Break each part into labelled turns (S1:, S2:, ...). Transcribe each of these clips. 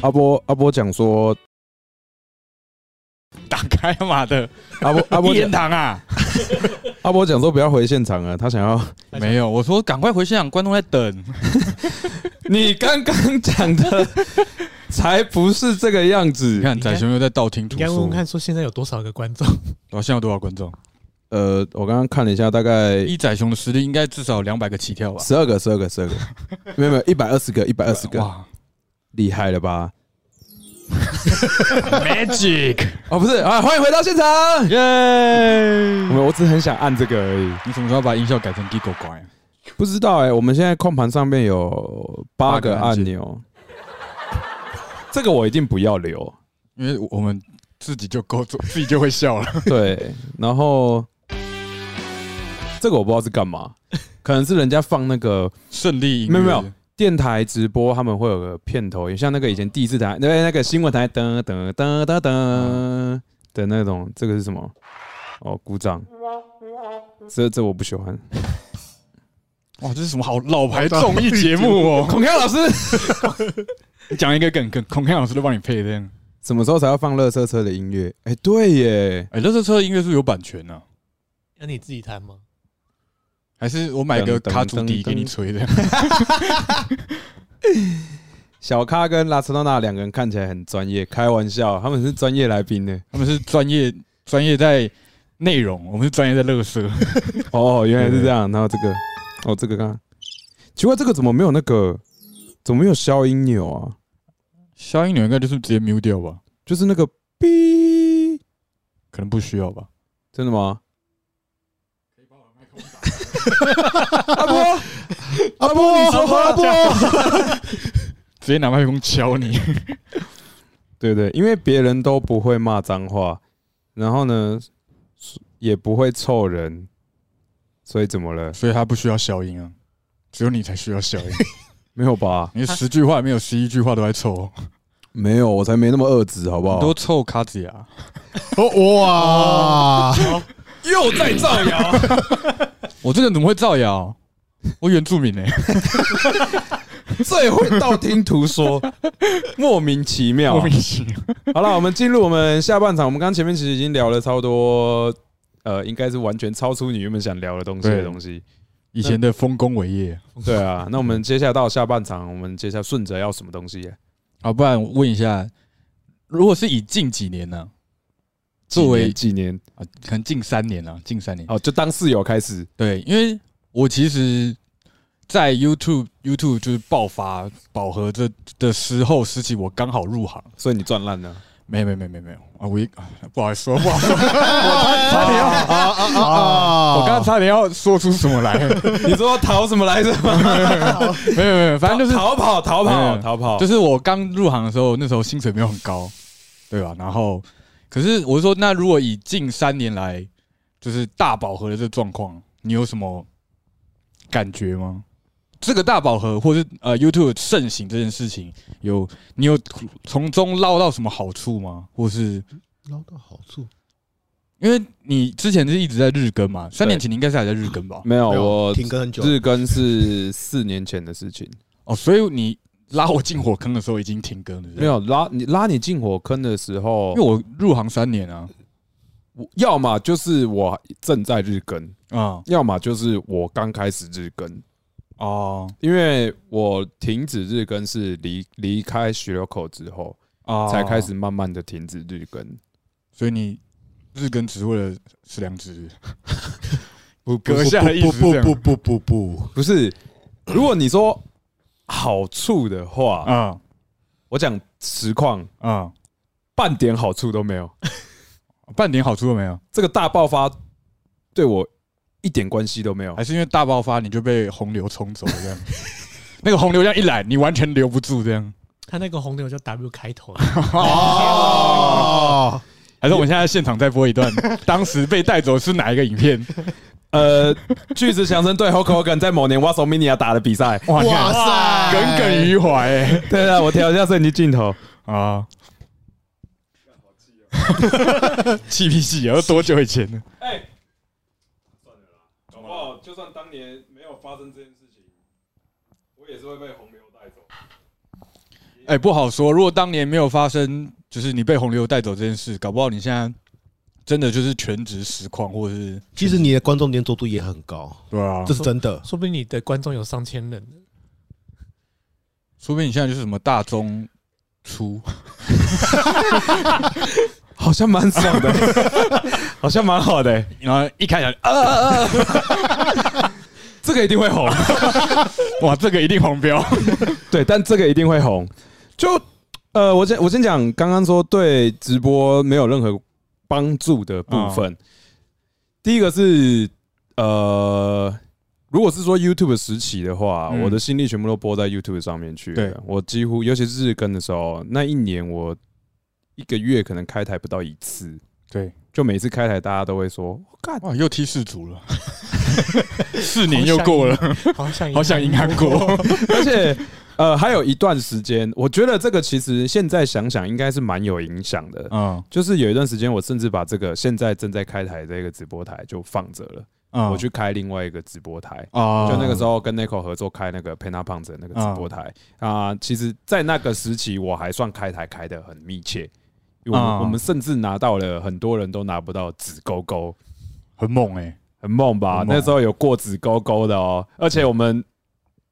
S1: 阿波阿波讲说，
S2: 打开嘛的，
S1: 阿 波阿波
S2: 一言
S1: 讲
S2: 堂啊，
S1: 阿波讲说不要回现场啊，他想要
S2: 没有，我说赶快回现场，观众在 等。
S1: 你刚刚讲的才不是 这个样
S2: 你
S1: 子。
S2: 看仔熊又在道听
S3: 你
S2: 途
S3: 该问
S2: 说
S3: 问，看，说现在有多少个观众？
S2: 哇，现在有多少观众？
S1: 呃，我刚刚看了一下，大概
S2: 一仔熊的实力应该至少两百个起跳吧？
S1: 十二个，十二个，十二 个，没有没有，一百二十个，一百二十个，
S2: 哇
S1: 厉害了 吧？
S2: ，Magic！
S1: 哦，不是啊，欢迎回到现场。
S2: 耶！
S1: 我我只很想按这个而已，
S2: 你什么时候把音效改成 g i g o 乖？
S1: 不知道哎、我们现在控盘上面有八个按钮，这个我一定不要留。
S2: 因为我们自己就够做，自己就会笑了。
S1: 对，然后这个我不知道是干嘛， 可能是人家放那个
S2: 胜利音乐
S1: 没有没有电台直播，他们会有个片头，也像那个以前第四台那那个新闻台噔噔噔噔噔的那种，这个是什么？哦，鼓掌。这这我不喜欢。
S2: 哇，这是什么好老牌综艺节目哦！
S1: 孔锵老师
S2: 讲一个梗梗，孔锵老师都帮你配这样。
S1: 什么时候才要放乐色车的音乐？哎、对耶，
S2: 哎，乐色车的音乐是不是有版权呢、啊，
S3: 那你自己弹吗？
S2: 还是我买个卡祖笛给你吹 这样？
S1: 小咖跟拉斯诺娜两个人看起来很专业，开玩笑，他们是专业来宾呢。
S2: 他们是专业专业在内容，我们是专业在乐色。
S1: 哦，原来是这样。然后这个，哦，这个刚刚，奇怪，这个怎么没有那个，怎么没有消音钮啊？
S2: 消音钮应该就是直接 mute 掉吧？
S1: 就是那个哔，
S2: 可能不需要吧？
S1: 真的吗？阿波，
S2: 啊
S1: 阿波，啊你说话，阿波。
S2: 直接拿麦克风敲你。
S1: 对对，因为别人都不会骂脏话，然后呢，也不会臭人，所以怎么了？
S2: 所以他不需要消音啊，只有你才需要 消音。
S1: 没有吧？
S2: 你十句话里面有十一句话都在哦臭，
S1: 没有，我才没那么恶质，好不好？
S2: 都臭卡子 牙。哦
S3: 哇！
S1: 又在造谣。
S2: 我这个人怎么会造谣？我原住民呢、欸
S1: 最会道听途 说，莫名其妙
S2: 莫。名其妙。
S1: 好了，我们进入我们下半场。我们刚前面其实已经聊了超多，呃，应该是完全超出你原本想聊的东西的
S2: 对
S1: 东西。
S2: 以前的丰功伟业
S1: 对啊，那我们接下来到下半场，我们接下来顺着要什么东西？
S2: 啊，不然我问一下，如果是以近几年呢、作为
S1: 纪念
S2: 啊，可能近三年啊，近三年。
S1: 哦，就当室友开始。
S2: 对，因为我其实，在 YouTube YouTube 就是爆发饱和这的时候时期，我刚好入行。
S1: 所以你赚烂 了，
S2: 没有没有没有没有没有啊！我一啊不好意思，我不好说，我差差点要，
S3: 啊啊啊啊！
S2: 我刚刚差点要说出什么来，
S1: 你说逃什么来着？
S2: 没有没有，反正就是
S1: 逃跑，逃
S2: 没
S1: 跑，
S2: 有
S1: 逃跑
S2: 就。是我刚入行的时候，那时候薪水没有很高，对吧？然后，可是我是说，那如果以近三年来就是大饱和的这状况，你有什么感觉吗？这个大饱和，或是呃 YouTube 盛行这件事情，有你有从中捞到什么好处吗？或是
S3: 捞到好处，
S2: 因为你之前是一直在日更嘛，三
S1: 对
S2: 年前你应该是还在日更吧？
S1: 没有，我
S3: 停更很久了，
S1: 日更是四年前的事情。
S2: 哦，所以你拉我进火坑的时候已经停更了，
S1: 没有
S2: 有？
S1: 拉你拉你进火坑的时候
S2: 因为，我入行三年啊，
S1: 我要么就是我正在日更，
S2: 啊、
S1: 要么就是我刚开始日更，
S2: 哦
S1: 因为我停止日更是离离开徐流口之后，
S2: 哦，
S1: 才开始慢慢的停止日更。
S2: 所以你日更只是为了是两 只，
S1: 不
S2: 阁下的意思是
S3: 不
S2: 这样
S3: 不不不不，
S1: 不是，如果你说好处的话，
S2: 啊
S1: 我讲实况，
S2: 啊，
S1: 半点好处都没有。
S2: 半点好处都没有，
S1: 这个大爆发对我一点关系都没有
S2: 还。是因为大爆发你就被洪流冲走这 样。那个洪流这样一来，你完全留不住这样。
S3: 他那个红牛叫 W 开头，啊
S2: 哦，还是我们现在现场再播一 段，当时被带走是哪一个影片？
S1: 呃，巨石强森对 Hulk Hogan 在某年 WrestleMania 打的比赛，
S2: 哇，你看
S3: 哇
S2: 耿耿于怀欸
S1: 对啊，我调一下摄影机镜头。
S2: 啊！气屁气啊！多久以前呢？
S1: 哎，算了啦，搞不好就算当年没有发生这件事情，我也是会被洪流带走。
S2: 哎、不好说。如果当年没有发生，就是你被洪流带走这件事，搞不好你现在真的就是全职实况，或者是
S4: 其实你的观众粘着度也很高，
S2: 对啊，
S4: 这是真的。
S3: 说不定你的观众有上千人，
S2: 说不定你现在就是什么大中出，
S1: 好像蛮爽的，欸 好像蛮好的、欸
S2: 然后一开始啊，
S1: 这个一定会红，
S2: 哇，这个一定红标，
S1: 对，但这个一定会红。就呃，我先我先讲刚刚说对直播没有任何帮助的部分，第一个是呃。如果是说 YouTube 时期的话，
S2: 嗯
S1: 我的心力全部都播在 YouTube 上面去了。
S2: 对
S1: 我几乎，尤其是日更的时候，那一年我一个月可能开台不到一次，
S2: 对，
S1: 就每次开台大家都会说：“我干，
S2: 哇，又踢四 足了，四年又过了，
S3: 好想
S2: 好想赢韩国，
S1: 而且呃，还有一段时间，我觉得这个其实现在想想应该是蛮有影响的。
S2: 嗯
S1: 就是有一段时间，我甚至把这个现在正在开台这个直播台就放着了，
S2: 嗯
S1: 我去开另外一个直播台。
S2: 啊
S1: 就那个时候跟 Nico 合作开那个 Pena 胖子的那个直播台啊，其实，在那个时期我还算开台开的很密切，我们
S2: 啊
S1: 我们甚至拿到了很多人都拿不到纸勾勾，
S2: 很猛哎、欸，
S1: 很猛吧？
S2: 很猛
S1: 那时候有过纸勾勾的哦，而且我们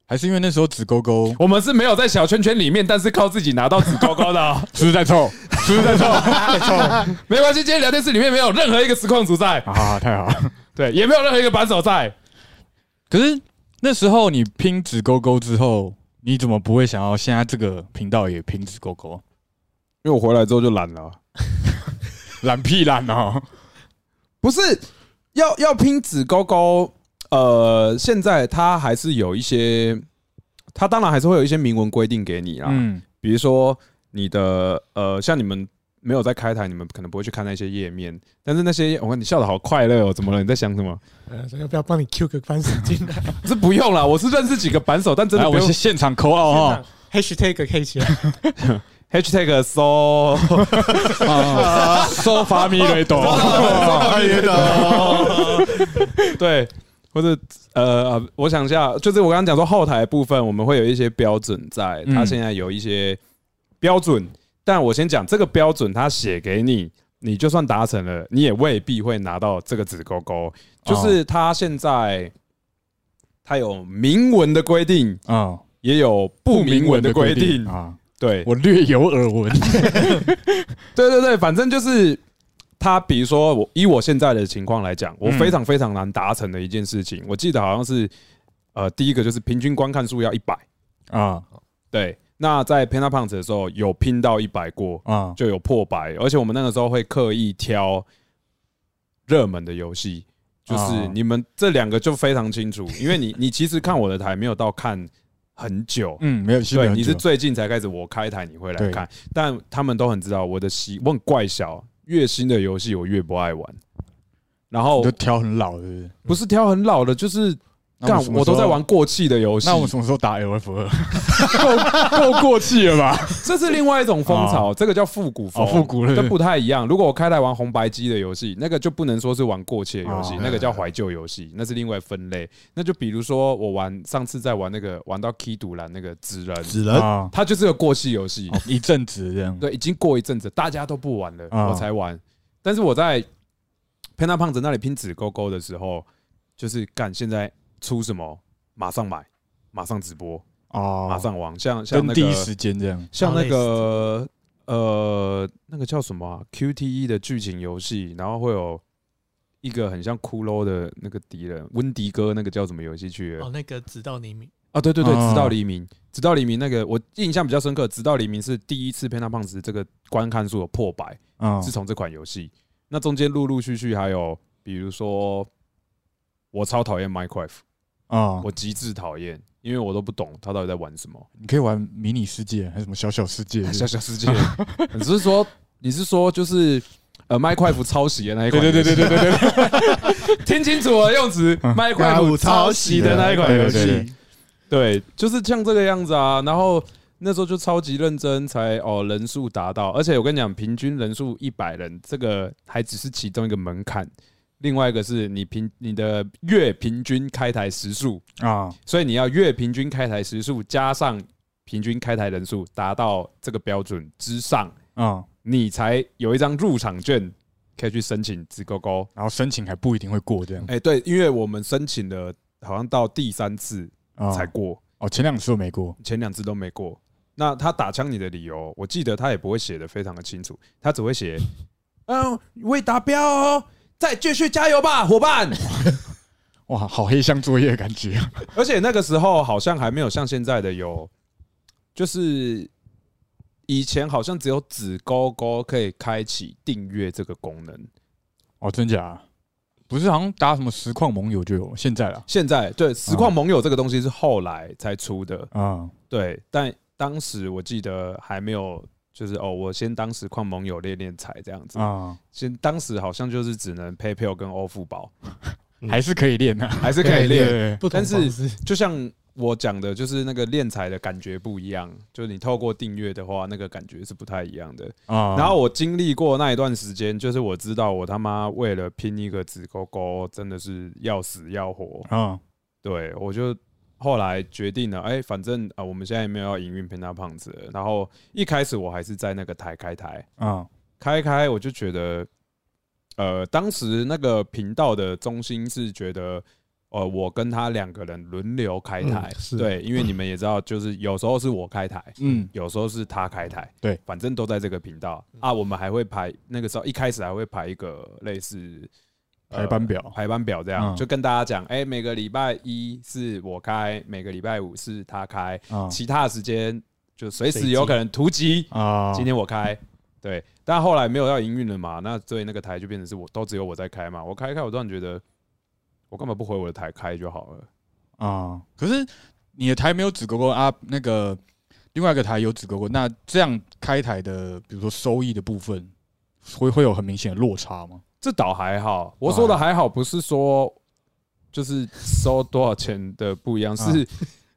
S2: 还是因为那时候纸勾 勾
S1: 我们是没有在小圈圈里面，但是靠自己拿到纸高高的、 哦，
S2: 是不是在凑，是不是在凑，在凑，
S1: 没关系。今天聊天室里面没有任何一个实况组在，
S2: 啊，太好了。
S1: 对，也没有任何一个扳手在。
S2: 可是那时候你拼纸勾勾之后，你怎么不会想要现在这个频道也拼纸勾勾？
S1: 因为我回来之后就懒了，
S2: 懒屁懒哦！
S1: 不是要要拼纸高高，呃，现在它还是有一些，它当然还是会有一些明文规定给你啦，
S2: 嗯，
S1: 比如说你的呃，像你们。没有在开台，你们可能不会去看那些页面，但是那些我看你笑得好快乐哦，怎么了？你在想什么？
S3: 呃，要不要帮你 Q 个扳手进 来？
S1: 这不用啦，我是认识几个扳手，但真
S2: 来，
S1: 的
S2: 我
S1: 不
S2: 们
S1: 用
S2: 是现场口号哦哈。
S3: ，#hashtag 可以起 来，
S1: #hashtag so
S2: 啊收发咪雷斗，
S4: 哎呀
S1: 哦对，或者呃，我想一下，就是我刚刚讲说后台的部分，我们会有一些标准在，
S2: 嗯
S1: 它现在有一些标准，但我先讲这个标准，它写给你，你就算达成了，你也未必会拿到这个纸勾勾，就是它现在它有明文的规定，
S2: 啊，
S1: 也有不明文的规定，
S2: 啊，
S1: 对，
S2: 我略有耳闻。
S1: 对对对，反正就是他，比如说我以我现在的情况来讲，我
S2: 嗯
S1: 非常非常难达成的一件事情，我记得好像是呃，第一个就是平均观看数要一百，
S2: 啊
S1: 对，那在 Panda p u n c 的时候有拼到一百过，
S2: 啊
S1: 就有破百，而且我们那个时候会刻意挑热门的游戏，就是
S2: 哦
S1: 你们这两个就非常清楚，因为你你其实看我的台没有到看很久，
S2: 嗯，没有，其实没
S1: 对，
S2: 有
S1: 你是
S2: 很久
S1: 最近才开始我开台，你会来
S2: 对
S1: 看，但他们都很知道我的习我很怪小，越新的游戏我越不爱玩。然后
S2: 你就挑很老的，是不是
S1: 不是挑很老的，就是
S2: 那
S1: 干
S2: 什么
S1: 我都
S2: 时候
S1: 在玩。过气的游戏
S2: 那，我什么时候打 L F 二？ 够够过气 了吧？
S1: 这是另外一种风潮，这个叫复古风，
S2: 啊哦复古了
S1: 这不太一样。如果我开台玩红白机的游戏，那个就不能说是玩过气的游戏
S2: 哦，
S1: 那个叫怀旧游戏，那是另外分类。那就比如说我玩上次在玩那个玩到 Key 独蓝那个纸人，
S4: 只能
S2: 啊，哦
S1: 它就是个过气游戏，
S2: 一阵子这样。
S1: 对，已经过一阵子，大家都不玩了，
S2: 啊
S1: 我才玩。但是我在潘大胖子那里拼纸勾勾的时候，就是干现在出什么，马上买，马上直播，
S2: 哦，
S1: 马上玩，像像
S2: 跟
S1: 那
S2: 第一
S1: 个
S2: 时间这样。
S1: 像那个呃那个叫什么、啊、QTE 的剧情游戏，然后会有一个很像骷髅的那个敌人，温迪哥那个叫什么游戏去了
S3: 哦，？那个直到黎明，
S1: 啊，对对对，
S2: 哦
S1: 直到黎明，直到黎明那个我印象比较深刻，直到黎明是第一次潘大胖子这个观看数有破百。
S2: 嗯
S1: 自从这款游戏。那中间陆陆续续还有，比如说，我超讨厌 Minecraft，
S2: 啊，
S1: 我极致讨厌，因为我都不懂他到底在玩什么。
S2: 你可以玩迷你世界还是什么小小世界？
S1: 啊小小 世界，你是说你是说就是呃 Minecraft 抄袭的那一
S2: 对
S1: 款？
S2: 对对对对对对，
S1: 对， 听清楚我哦的用词，Minecraft 抄袭的那一款游戏。对，就是像这个样子啊。然后那时候就超级认真才，哦人数达到，而且我跟你讲，平均人数一百人，这个还只是其中一个门槛。另外一个是你平你的月平均开台时数，
S2: 啊
S1: 所以你要月平均开台时数加上平均开台人数达到这个标准之上，
S2: 嗯，
S1: 你才有一张入场券可以去申请直勾勾。
S2: 然后申请还不一定会过这样，
S1: 哎、对，因为我们申请了，好像到第三次
S2: 啊
S1: 哎才过，
S2: 哦，前两次都没过，
S1: 前两次都没过。那他打枪你的理由，我记得他也不会写的非常的清楚，他只会写， 嗯，未达标哦，再继续加油吧，伙伴。
S2: 哇，好黑箱作业的感觉，
S1: 而且那个时候好像还没有像现在的有，就是以前好像只有子勾勾可以开启订阅这个功能，
S2: 哦，真假？不是，好像打什么实况盟友就有，现在了，
S1: 现在对实况盟友这个东西是后来才出的，
S2: 啊，
S1: 对，但当时我记得还没有。就是哦，我先当实况盟友练练财这样子，
S2: 啊，
S1: 先当时好像就是只能 PayPal 跟欧付 宝，
S4: 嗯
S2: 还是可以练的，啊
S1: 还是可以
S2: 对
S1: 练。
S2: 对对
S3: 不同
S1: 但是
S3: 方式
S1: 就像我讲的，就是那个练财的感觉不一样，就是你透过订阅的话，那个感觉是不太一样的。
S2: 啊，
S1: 然后我经历过那一段时间，就是我知道我他妈为了拼一个子勾勾，真的是要死要活。
S2: 啊，
S1: 对我就后来决定了，哎，反正啊、我们现在也没有要营运偏大胖子了。然后一开始我还是在那个台开台
S2: 啊，
S1: 开开，我就觉得，呃，当时那个频道的中心是觉得。呃，我跟他两个人轮流开台，
S3: 嗯是
S1: 对，因为你们也知道，就是有时候是我开台，
S2: 嗯，
S1: 有时候是他开台，
S2: 对，嗯
S1: 反正都在这个频道啊。我们还会排那个时候一开始还会排一个类似呃
S2: 排班表
S1: 排班表这样，
S2: 嗯
S1: 就跟大家讲，哎，每个礼拜一是我开，每个礼拜五是他开，
S2: 啊
S1: 其他的时间就随
S4: 随
S1: 时
S4: 机
S1: 有可能突击，
S2: 啊，
S1: 今天我开。对，但后来没有要营运了嘛，那所以那个台就变成是我都只有我在开嘛。我开一开，我突然觉得，我干嘛不回我的台开就好了？
S2: 啊，可是你的台没有子勾勾啊，那个另外一个台有子勾勾，那这样开台的，比如说收益的部分，会会有很明显的落差 吗？
S1: 这倒还好，我说的还好，不是说就是收多少钱的不一样，
S2: 啊
S1: 是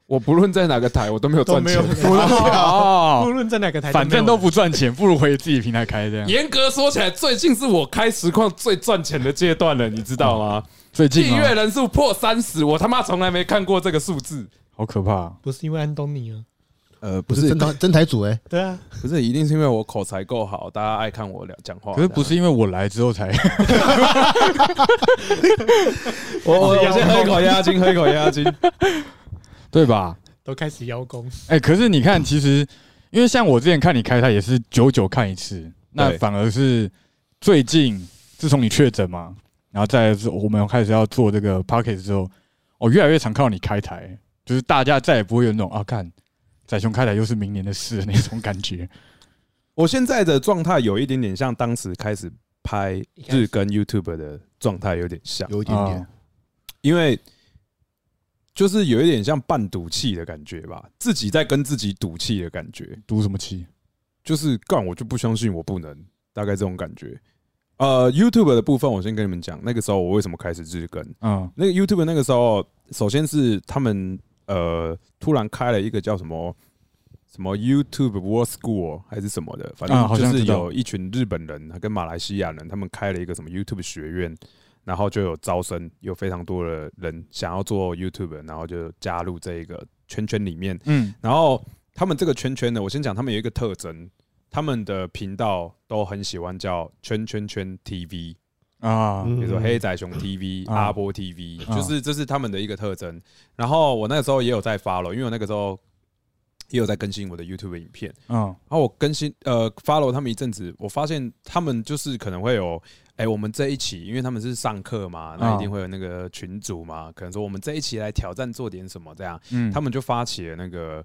S1: 我不论在哪个台，我 都没有赚钱。
S3: 都没有
S2: 哦，
S3: 无论在哪个 台，
S2: 反正都不赚钱，不如回自己平台开这样。
S1: 严格说起来，最近是我开实况最赚钱的阶段了，你知道 吗？
S2: 最近
S1: 订阅
S2: 啊，
S1: 人数破三十，我他妈从来没看过这个数字。
S2: 好可怕
S3: 不是因为安东尼啊，
S1: 呃，
S4: 不是真台真台主
S5: 欸
S4: 哎，
S3: 对啊，
S1: 不是，一定是因为我口才够好，大家爱看我聊讲话。
S2: 可是不是因为我来之后才哦
S1: 我我我先喝一口压惊，喝一口压惊。
S2: 对吧？
S3: 都开始邀功，
S2: 哎，可是你看，其实因为像我之前看你开台也是久久看一次，那
S1: 对
S2: 反而是最近自从你确诊嘛，然后再来是我们开始要做这个 p o c k e t 之后，我越来越常看到你开台，就是大家再也不会有那种啊，看仔熊开台又是明年的事的那种感 觉。
S1: 我现在的状态有一点点像当时开始拍日更 YouTube 的状态有点像，
S4: 有一点
S2: 啊
S4: 点，
S1: 因为就是有一点像半赌气的感觉吧，自己在跟自己赌气的感觉，
S2: 赌什么气？
S1: 就是干我就不相信我不能，大概这种感觉。呃，YouTube 的部分我先跟你们讲，那个时候我为什么开始日更。
S2: 嗯
S1: 那个 YouTube 那个时候，首先是他们呃突然开了一个叫什么什么 YouTube World School 哦还是什么的，反
S2: 啊
S1: 正
S2: 好
S1: 就
S2: 像
S1: 是
S2: 知道
S1: 有一群日本人跟马来西亚人，他们开了一个什么 YouTube 学院，然后就有招生，有非常多的人想要做 YouTube，然后就加入这一个圈圈里面。
S2: 嗯
S1: 然后他们这个圈圈呢，我先讲他们有一个特征，他们的频道都很喜欢叫圈圈圈 TV。
S2: 啊
S4: 嗯
S1: 比如说黑仔熊 TV、
S2: 啊
S1: 阿波 TV，
S2: 啊
S1: 就是这是他们的一个特征。然后我那时候也有在发了，因为我那个时候也有在更新我的 YouTube 影片。
S2: 嗯
S1: 然后我更新呃 follow 他们一阵子，我发现他们就是可能会有，哎、我们这一期，因为他们是上课嘛，那
S2: 啊
S1: 一定会有那个群组嘛，可能说我们这一期来挑战做点什么这样，
S2: 嗯，
S1: 他们就发起了那个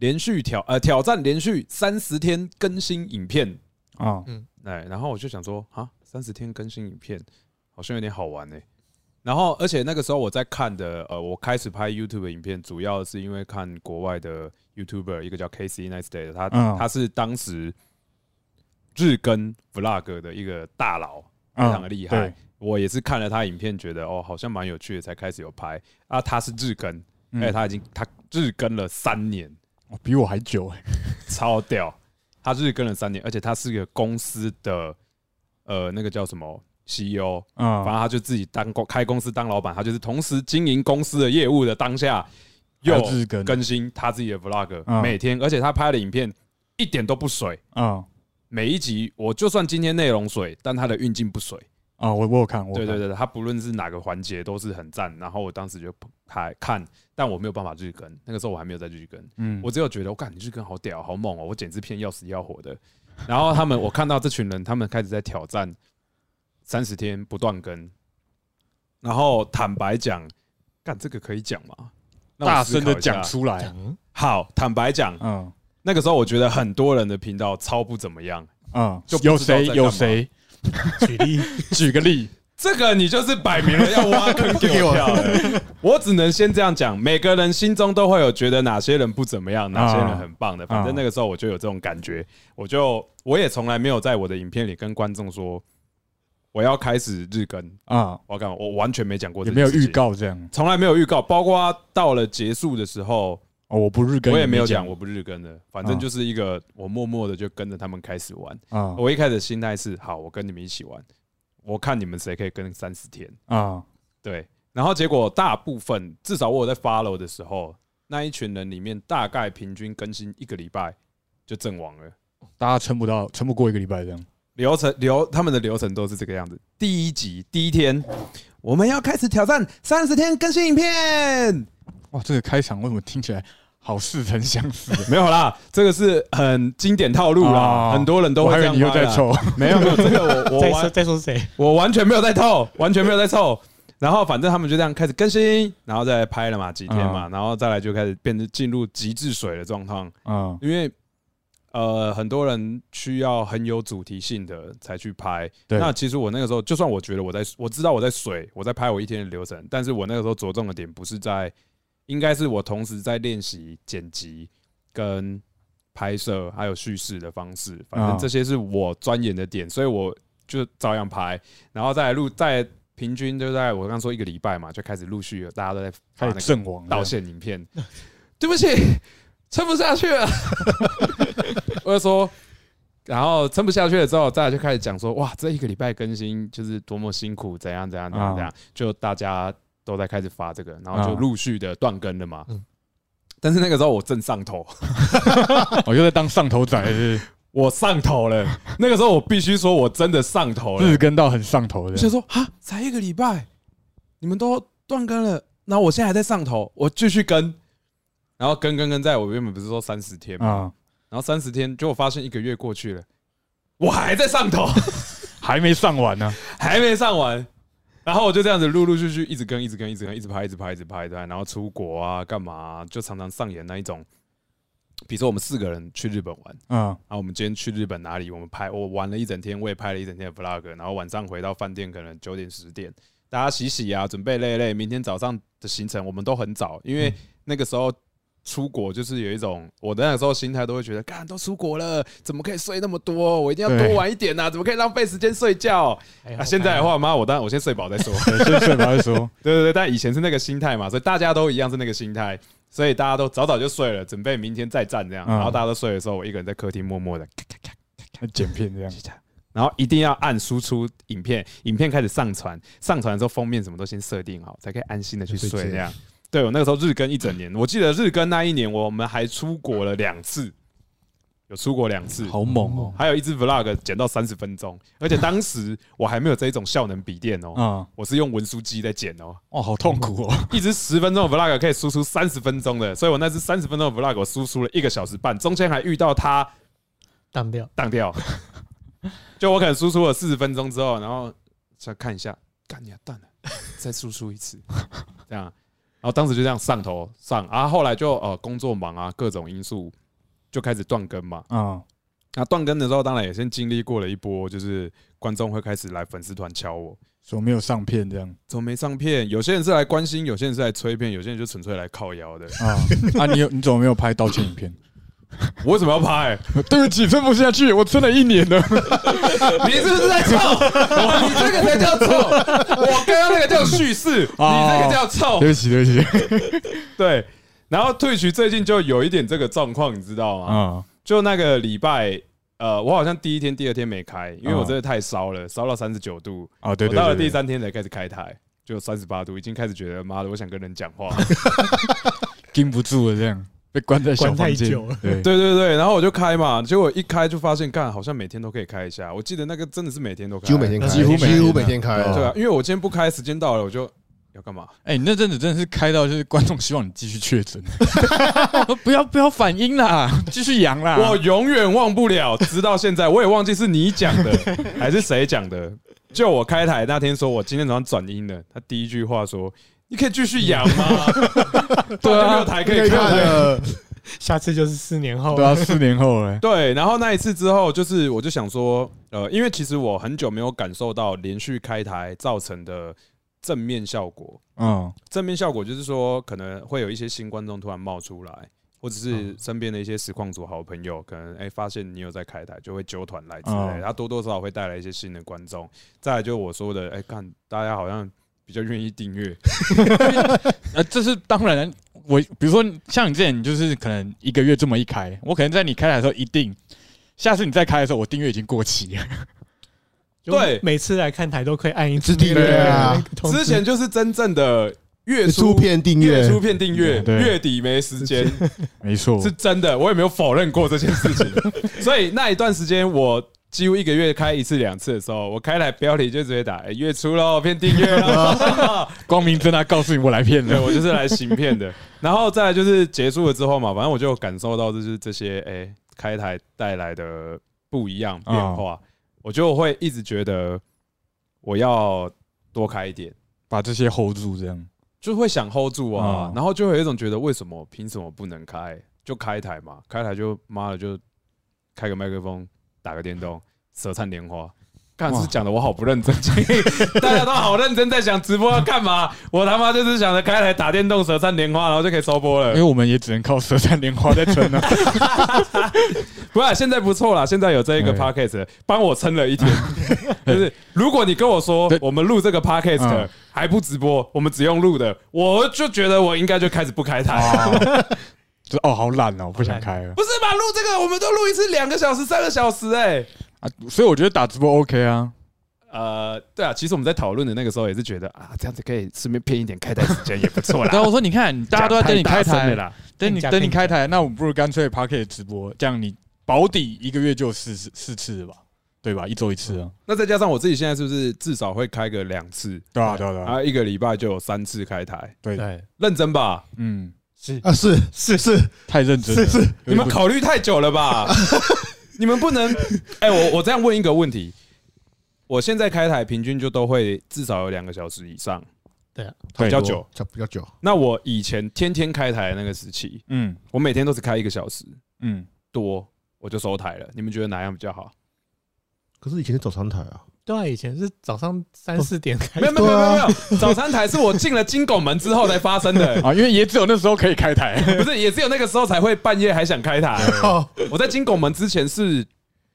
S1: 连续挑呃挑战连续三十天更新影片，
S2: 啊
S1: 哎，然后我就想说啊，三十天更新影片，好像有点好玩呢、欸然后，而且那个时候我在看的，呃，我开始拍 YouTube 的影片，主要是因为看国外的 YouTuber，一个叫 Casey Neistat，的他、
S2: 嗯
S1: 他是当时日更 Vlog 的一个大佬，非常的厉害。
S2: 嗯对
S1: 我也是看了他影片，觉得哦，好像蛮有趣的，才开始有拍。啊，他是日更，
S2: 嗯
S1: 哎、他已经他日更了三年，
S2: 哦比我还久哎。
S1: 超屌！他日更了三年，而且他是个公司的呃那个叫什么 CEO，反
S2: 啊
S1: 正他就自己当公开公司当老板，他就是同时经营公司的业务的当下，又
S2: 日更
S1: 更新他自己的 vlog，、
S2: 嗯
S1: 每天，而且他拍的影片一点都不水，
S2: 啊
S1: 每一集我就算今天内容水，但他的运镜不水。
S2: 啊，我我有看，我有
S1: 对
S2: 看
S1: 对对，他不论是哪个环节都是很赞。然后我当时就还看，但我没有办法日更，那个时候我还没有在日更，
S2: 嗯，
S1: 我只有觉得我感日更好屌，好猛哦、我简直骗要死要活的。然后他们，我看到这群人，他们开始在挑战三十天不断更。然后坦白讲，干这个可以讲吗？让我
S2: 大
S1: 思
S2: 声
S1: 考一
S2: 的
S1: 下
S2: 讲出来，
S3: 讲
S1: 好，坦白讲，
S2: 嗯
S1: 那个时候我觉得很多人的频道超不怎么样。
S2: 嗯，
S1: 就不知道
S2: 有谁
S1: 在干嘛
S2: 有谁
S3: 举例，
S2: 举个例，
S1: 这个你就是摆明了要挖坑给我 跳的。我只能先这样讲，每个人心中都会有觉得哪些人不怎么
S2: 啊
S1: 样，哪些人很棒的。反正那个时候我就有这种感觉，我就我也从来没有在我的影片里跟观众说我要开始日更，
S2: 啊，
S1: 我要干嘛？我完全没讲过这
S2: 也
S1: 件
S2: 没有
S1: 事
S2: 预
S1: 情，
S2: 告这样，
S1: 从来没有预告，包括到了结束的时候，
S2: 哦，我不日更，
S1: 我也没有
S2: 讲
S1: 讲我不日更的，反正就是一个我默默的就跟着他们开始玩。
S2: 啊
S1: 我一开始的心态是好，我跟你们一起玩，我看你们谁可以跟三十天。
S2: 啊
S1: 对，然后结果大部分至少我有在 follow 的时候，那一群人里面大概平均更新一个礼拜就阵亡了。
S2: 大家撑不到，撑不过一个礼拜这样。
S1: 流程流他们的流程都是这个样子：第一集第一天，我们要开始挑战三十天更新影 片，
S2: 哇，这个开场为什么听起来好似曾相识？
S1: 没有啦，这个是很经典套路啦，
S2: 哦
S1: 很多人都
S2: 我
S1: 会
S2: 还以
S1: 这样
S2: 为你又
S1: 拍
S2: 在
S1: 啦
S2: 抽，
S1: 没有没有，这个我我
S3: 再说
S1: 完
S3: 再说谁？
S1: 我完全没有在凑，完全没有在凑。然后反正他们就这样开始更新，然后再拍了嘛几天嘛，然后再来就开始变成进入极致水的状况。
S2: 嗯
S1: 因为呃，很多人需要很有主题性的才去拍。
S2: 对
S1: 那其实我那个时候，就算我觉得我在，我知道我在水，我在拍我一天的流程，但是我那个时候着重的点不是在，应该是我同时在练习剪辑跟拍摄，还有叙事的方式。反正
S2: 嗯
S1: 这些是我钻研的点，所以我就照样拍，然后再来录，再平均就在我刚说一个礼拜嘛，就开始陆续有大家都在发
S2: 开
S1: 那
S2: 始
S1: 个
S2: 阵亡
S1: 道歉影片，对不起，撑不下去了。 我就说，然后撑不下去了之后，大家就开始讲说，哇，这一个礼拜更新就是多么辛苦，怎样怎样怎样怎样，就大家都在开始发这个，然后就
S2: 啊
S1: 陆续的断更了嘛
S3: 嗯。
S1: 但是那个时候我正上头，
S2: 我哦又在当上头仔，是
S1: 我上头了。那个时候我必须说，我真的上头
S2: 不
S1: 了
S2: 是。日更到很上头
S1: 我就
S2: 的。
S1: 说哈，才一个礼拜，你们都断更了，那我现在还在上头，我继续跟，然后跟跟跟，在我原本不是说三十天嘛，
S2: 啊，
S1: 然后三十天，结果发现一个月过去了，我还在上头，
S2: 还没上完呢。
S1: 还没上完，然后我就这样子陆陆续续一直跟，一直跟，一直跟，一直拍，一直拍，一直拍，对，然后出国啊，干嘛啊、就常常上演那一种，比如说我们四个人去日本玩。
S2: 嗯
S1: 啊然后我们今天去日本哪里？我们拍，我玩了一整天，我也拍了一整天的 vlog。然后晚上回到饭店，可能九点十点，大家洗洗啊，准备累累。明天早上的行程我们都很早，因
S2: 嗯
S1: 为那个时候出国就是有一种，我那个时候心态都会觉得，干都出国了，怎么可以睡那么多？我一定要
S2: 对哎
S1: 多玩一点呐、啊，怎么可以浪费时间睡觉？
S3: 还
S1: 啊，
S3: 好
S1: 现在的，话，妈，我当然我先睡饱再 说。
S2: 对先睡吧再说。
S1: 对对对，但以前是那个心态嘛，所以大家都一样是那个心态，所以大家都早早就睡了，准备明天再战这样。
S2: 嗯
S1: 然后大家都睡的时候，我一个人在客厅默默的。
S2: 还剪片这样，
S1: 然后一定要按输出影片，影片开始上传，上传的时候封面什么都先设定好，才可以安心的去睡
S4: 睡觉
S1: 这样。对我那个时候日更一整年，我记得日更那一年我们还出国了两次，有出国两次，
S2: 好猛哦。
S1: 还有一支 vlog 剪到三十分钟，而且当时我还没有这一种效能笔电哦，
S2: 嗯，
S1: 我是用文书机在剪哦，
S2: 哦，好痛苦哦。
S1: 一支十分钟的 vlog 可以输出三十分钟的，所以我那支三十分钟的 vlog 我输出了一个小时半，中间还遇到他
S3: 挡掉，
S1: 当掉。 就我可能输出了四十分钟之后，然后再看一下，干你啊蛋了， 再输出一次， 这样。然后当时就这样上头上啊，后来就呃工作忙啊，各种因素就开始断更嘛。
S2: 嗯
S1: 那断更的时候，当然也先经历过了一波，就是观众会开始来粉丝团敲我，
S2: 说没有上片这样
S1: 怎么没上片？有些人是来关心，有些人是来催片，有些人就纯粹来靠腰的。
S2: 啊 啊！你有你怎么没有拍道歉影片？
S1: 我为什么要拍？
S2: 对不起，撑不下去，我撑了一年了。
S1: 你是不是在凑？你这个才叫凑！我刚刚那个叫叙事，你这个叫凑。
S2: 对不起，对不起。
S1: 对，然后退取最近就有一点这个状况，你知道吗？
S2: 啊
S1: 就那个礼拜，呃，我好像第一天、第二天没开，因为我真的太烧了，烧到三十九度，
S2: 啊，嗯对
S1: 我
S2: 对
S1: 到了
S2: 对
S1: 第
S2: 对。
S1: 三天才开始开台，就三十八度，已经开始觉得妈的，我想跟人讲话。
S2: 禁不住了，这样被关在小
S3: 关
S2: 房
S3: 太
S2: 间
S3: 久了，
S2: 对，
S1: 对对对，然后我就开嘛，结果一开就发现，干好像每天都可以开一下。我记得那个真的啊是每天都开，
S5: 几乎每天开，
S2: 几乎每天
S5: 几乎每天开，哦
S1: 对啊，因为我今天不开，时间到了我就要干嘛？
S2: 哎、你那阵子真的是开到就是观众希望你继续确诊， 不要不要反应 啦，继续阳啦。
S1: 我永远忘不了，直到现在我也忘记是你讲的 还是谁讲的。就我开台那天说，我今天早上转阴了，他第一句话说：“你可以继续养吗？” 对啊，没有台可以看。
S5: 的，
S3: 下次就是四年后
S2: 对，啊，四年后 了、
S1: 对，然后那一次之后，就是我就想说，呃，因为其实我很久没有感受到连续开台造成的正面效果。
S2: 嗯，
S1: 正面效果就是说，可能会有一些新观众突然冒出来，或者是
S5: 嗯
S1: 身边的一些实况组好朋友，可能哎、发现你有在开台，就会揪团来之类
S2: 嗯
S5: 哦
S1: 的，他多多少少会带来一些新的观众。再来就我说的，哎、看大家好像比较愿意订阅，
S2: 呃，这是当然。我比如说像你之前，你就是可能一个月这么一开，我可能在你开台的时候一定，下次你再开的时候，我订阅已经过期了。
S3: 就
S1: 对
S3: 每次来看台都可以按一次
S5: 是订
S3: 那个
S5: 阅啊
S3: 那个通知
S1: 之前就是真正的月
S5: 出
S1: 初
S5: 片订
S1: 月
S5: 阅
S1: 初片订阅，
S2: 对
S1: 月底没时 间。
S2: 没错
S1: 是真的，我也没有否认过这件事情。 所以那一段时间，我几乎一个月开一次两次的时候，我开来标题就直接打、哎月初喽，骗订阅 喽。
S2: 光明正大告诉你我来骗
S1: 对
S2: 了。
S1: 我就是来行骗的。然后再来就是结束了之后嘛，反正我就有感受到就是这些哎、开台带来的不一样变化，我就会一直觉得我要多开一点。
S2: 把这些 hold 住，这样
S1: 就会想 hold 住啊
S2: 嗯，
S1: 然后就会有一种觉得为什么凭什么不能开？就开台嘛，开台就妈的就开个麦克风，打个电动，舌灿莲花。干
S2: 哇
S1: 是讲的我好不认真， 大家都好认真在想直播要干嘛，我他妈就是想着开台打电动、舌灿莲花，然后就可以收播
S2: 因
S1: 了
S2: 为。我们也只能靠舌战莲花在撑啊 了。
S1: 不是啊、现在不错啦，现在有这一个
S2: 对
S1: podcast 帮我撑了一 天。就是如果你跟我说
S2: 对
S1: 我们录这个 podcast
S2: 嗯
S1: 还不直播，我们只用录的，我就觉得我应该就开始不开台。
S2: 哦，就哦，好懒哦，不想开了
S1: 不是吧？录这个我们都录一次两个小时、三个小时、哎。
S2: 啊。所以我觉得打直播 OK 啊，
S1: 呃，对啊，其实我们在讨论的那个时候也是觉得啊，这样子可以顺便骗一点开台时间也不错啦。
S2: 对啊，我说你看，大家都在等你
S1: 讲太
S2: 开
S1: 大声
S2: 台
S1: 了，啦，
S2: 等你
S3: 骗一下
S2: 等你开台，那我们不如干脆 p a r k e t 直播，这样你保底一个月就有四次四次了吧，对吧？一周一次啊，
S1: 那再加上我自己现在是不是至少会开个两次
S2: 对啊，对啊，对啊，
S1: 啊？一个礼拜就有三次开台，
S3: 对
S1: 认真吧？
S2: 嗯，
S3: 是
S5: 啊，是是是
S2: 太认真
S5: 是
S2: 了，
S5: 是，
S1: 你们考虑太久了 吧？你们不 能，哎、我我这样问一个问题，我现在开台平均就都会至少有两个小时以上，
S2: 比
S1: 比较，久。
S5: 这哦比较久，
S1: 那我以前天天开台的那个时期，
S2: 嗯
S1: 我每天都是开一个小时，
S2: 嗯，
S1: 多，我就收台了。你们觉得哪样比较好？
S5: 可是以前是早餐台啊，
S3: 对啊，以前是早上三四点开啊
S1: 没有没有没有没有， 早餐台是我进了金拱门之后才发生 的，
S2: 啊，因为也只有那时候可以开台，
S1: 不是也只有那个时候才会半夜还想开台。
S5: 哦，
S1: 我在金拱门之前是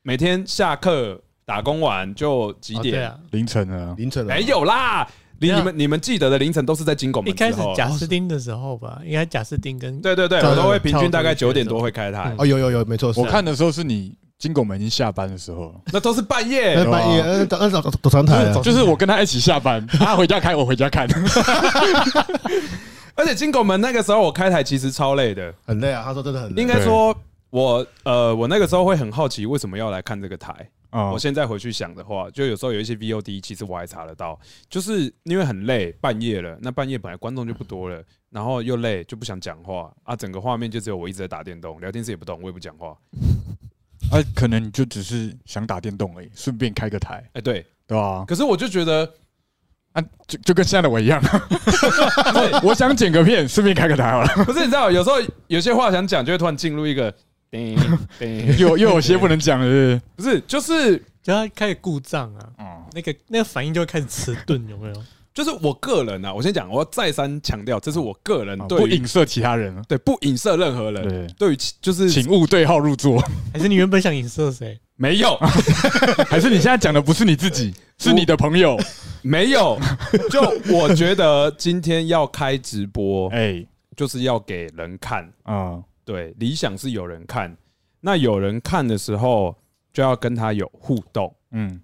S1: 每天下课打工完就几
S3: 哦对
S1: 点？
S3: 啊，
S2: 凌晨了，
S5: 凌晨了
S1: 没，哎有啦，你
S3: 对啊
S1: 你们你们记得的凌晨都是在金拱
S3: 一
S1: 门
S3: 开
S1: 之
S3: 始
S1: 后。
S3: 贾斯汀的时候吧，应该贾斯汀跟
S1: 对对对，
S5: 对
S1: 我都会平均大概
S3: 差
S1: 九
S3: 不多
S1: 点多会开台
S3: 嗯，
S5: 哦，有有有，没错，是
S2: 我看的时候是你金拱门已经下班的时候了，
S1: 那都是半夜
S5: 那。半夜，呃，早呃早早餐台啊，
S2: 就是我跟他一起下班，他回家开，我回家看，
S1: 而且金拱门那个时候我开台其实超累的，
S5: 很累啊，他说真的很累，
S1: 应该说我呃我那个时候会很好奇为什么要来看这个台。
S2: 啊
S1: 我现在回去想的话，就有时候有一些 VOD，其实我还查得到，就是因为很累，半夜了，那半夜本来观众就不多了，然后又累，就不想讲话啊，整个画面就只有我一直在打电动，聊天室也不动，我也不讲话。
S2: 啊，可能你就只是想打电动而已，顺便开个台，
S1: 哎、对，
S2: 对吧？
S1: 可是我就觉得，
S2: 啊，就就跟现在的我一样， 我我想剪个片，顺便开个台好 了，
S1: 不是你知道，有时候有些话想讲，就会突然进入一个叮叮，
S2: 又又有些不能讲的是
S1: 不是，就是
S3: 就他开始故障啊，那个那个反应就会开始迟钝，有没有？
S1: 就是我个人啊，我先讲，我要再三强调，这是我个人
S2: 不
S1: 对
S2: 啊不
S1: 于、
S2: 影射其他人，
S1: 对不影射任何人，
S2: 对，
S1: 对于其就是
S2: 请勿对号入 座。
S3: 还是你原本想影射谁？
S1: 没有。
S2: 还是你现在讲的不是你自己，是你的朋友？
S1: 没有， 就我觉得今天要开直播，
S2: 哎，
S1: 就是要给人看。
S2: 啊，
S1: 对，理想是有人看，那有人看的时候，就要跟他有互动。
S2: 嗯，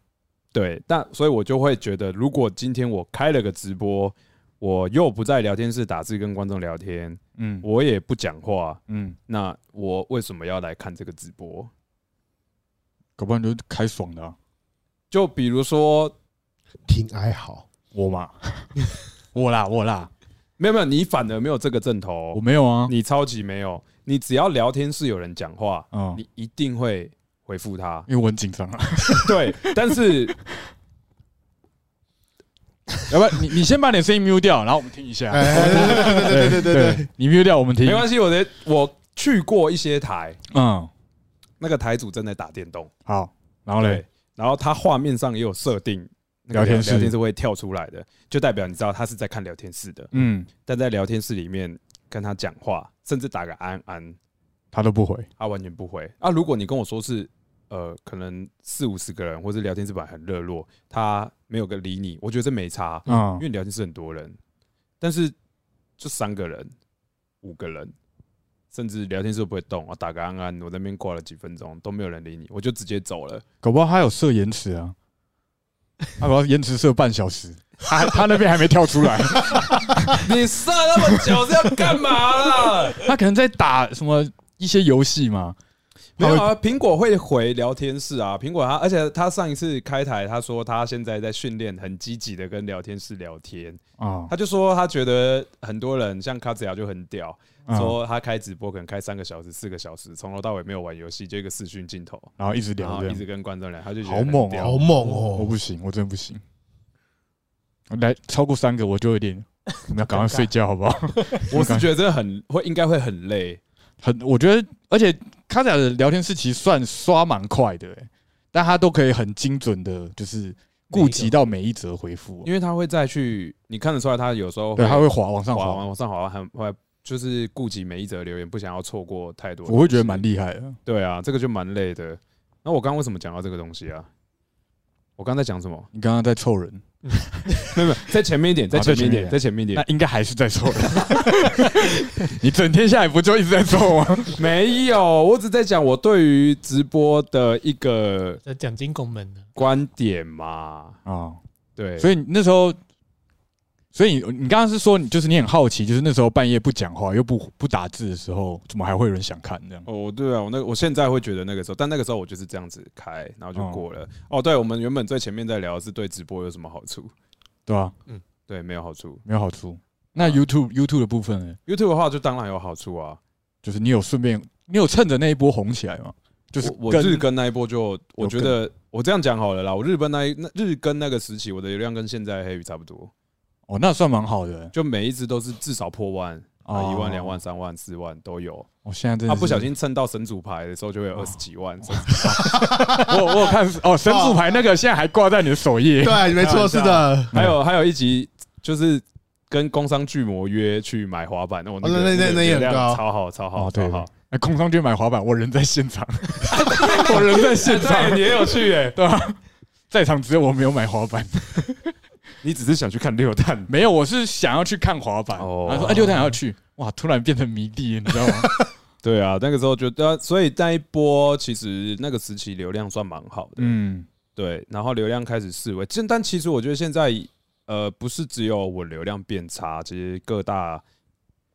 S1: 对，但所以我就会觉得，如果今天我开了个直播，我又不在聊天室打字跟观众聊天，
S2: 嗯
S1: 我也不讲话，
S2: 嗯，
S1: 那我为什么要来看这个直播？
S2: 搞不好你就开爽的、啊，
S1: 就比如说，
S5: 挺哀嚎，
S2: 我嘛， 我啦我啦，
S1: 没有没有，你反而没有这个正头
S2: 我，没有啊，
S1: 你超级没有，你只要聊天室有人讲话，
S2: 嗯，。
S1: 你一定会回复他
S2: 因为我很紧张啊，
S1: 对，但 是
S2: 要不然你你先把你的声音 mute 掉，然后我们听一下，
S5: 哎对对对对对，
S2: 你 mute 掉我们听
S1: 没，关系，我的我去过一些台，
S2: 嗯，
S1: 那个台主正在打电动，
S2: 好，然后嘞
S1: 对，然后他画面上也有设定。那个
S2: 聊天室
S1: 聊天室会跳出来的，就代表你知道他是在看聊天室的，
S2: 嗯，
S1: 但在聊天室里面跟他讲话，甚至打个安安，
S2: 他都不回，
S1: 他完全不回。啊，如果你跟我说是呃，可能四五十个人，或是聊天室本来很热络，他没有个理你，我觉得这没差，
S2: 嗯
S1: 因，为聊天室很多人，但是就三个人、五个人，甚至聊天室都不会动啊，打个安安，我在那边挂了几分钟都没有人理你，我就直接走了。
S2: 搞不好他有设延迟 啊，他搞不好延迟设半小时，他他那边还没跳出来，
S1: 你射那么久是要干嘛啦？
S2: 他可能在打什么一些游戏嘛，
S1: 没有啊，苹果会回聊天室啊，苹果他，而且他上一次开台，他说他现在在训练，很积极的跟聊天室聊天。
S2: 啊，
S1: 他就说他觉得很多人像卡子雅就很屌，
S2: 嗯
S1: 说他开直播可能开三个小时、四个小时，从头到尾没有玩游戏，就一个视讯镜头，
S2: 然后啊一直
S1: 然
S2: 聊
S1: 后
S2: 这
S1: 一
S2: 样
S1: 直，跟观众聊，他就觉得
S2: 好猛哦
S1: 很屌
S5: 好猛
S2: 我
S5: 哦！
S2: 不行，我真的不行。来超过三个我就有 点，我们要赶快睡觉好不好？
S1: 我是觉得真的很会，应该会很累。
S2: 很，我觉得，而且卡仔的聊天室其实算刷蛮快的、欸，但他都可以很精准的，就是顾及到每一则回复、啊
S1: 因为他会再去，你看得出来，他有时候
S2: 对，他会滑往上
S1: 滑
S2: 滑
S1: 完，往上滑，很会就是顾及每一则留言，不想要错过太多。
S2: 我会觉得蛮厉害的。
S1: 对啊，这个就蛮累的。那我刚刚为什么讲到这个东西啊？我刚才讲 什么？
S2: 你刚刚在凑人，
S1: 没有，没有，在前面一点，在
S2: 啊
S1: 前
S2: 在
S1: 面一
S2: 前面一
S1: 点，哎
S2: 点
S1: 在前面一点
S2: 那。应该还是在凑人。 你整天下来不就一直在凑吗？
S1: 没有，我只在讲我对于直播的一个
S3: 在讲金拱门呢，
S1: 观点嘛。
S2: 啊，
S1: 对，
S2: 所以你那时候，所以你你刚刚是说你就是你很好奇，就是那时候半夜不讲话又不不打字的时候，怎么还会有人想看这样？
S1: 哦，对啊，我那我现在会觉得那个时候，但那个时候我就是这样子开，然后就过了。哦，对，我们原本最前面在聊的是对直播有什么好处，
S2: 对吧、啊？
S1: 对，没有好处。
S2: 没有好处。那 YouTube YouTube 的部分呢，
S1: YouTube 的话就当然有好处啊，
S2: 就是你有顺便你有趁着那一波红起来吗？就是
S1: 我我
S2: 跟
S1: 日更那一波就，我觉得我这样讲好了啦，我日更那一那日更那个时期，我的流量跟现在黑鱼差不多，
S2: 哦，那算蛮好的
S1: 就每一只都是至少破万啊，
S2: 哦
S1: 一万、两万、三万、四万都有。
S2: 我现在真的
S1: 他
S2: 是
S1: 不小心蹭到神主牌的时候，就会有二十几万。
S2: 我我有 看哦，神主牌那个现在还挂在你的首页，
S5: 对，没错，是的。
S1: 还有还有一集就是跟工商巨魔约去买滑板，那我那个
S5: 哦那那
S1: 个
S5: 那也很
S1: 流量
S5: 高
S1: 超好超好
S2: 哦对
S1: 超好。
S2: 那工商局买滑板，我人在 现场，我人在现场，
S1: 你也有去哎，
S2: 对吧？在场只有我没有买滑板，
S1: 你只是想去看六蛋
S2: 没有，我是想要去看滑板。
S1: 哦
S2: 他说：“哎，六蛋要去。”哇，突然变成迷弟，你知 道吗？
S1: 对啊，那个时候觉得，所以那一波其实那个时期流量算蛮好的，
S2: 嗯，
S1: 对，然后流量开始示威。但但其实我觉得现在呃，不是只有我流量变差，其实各大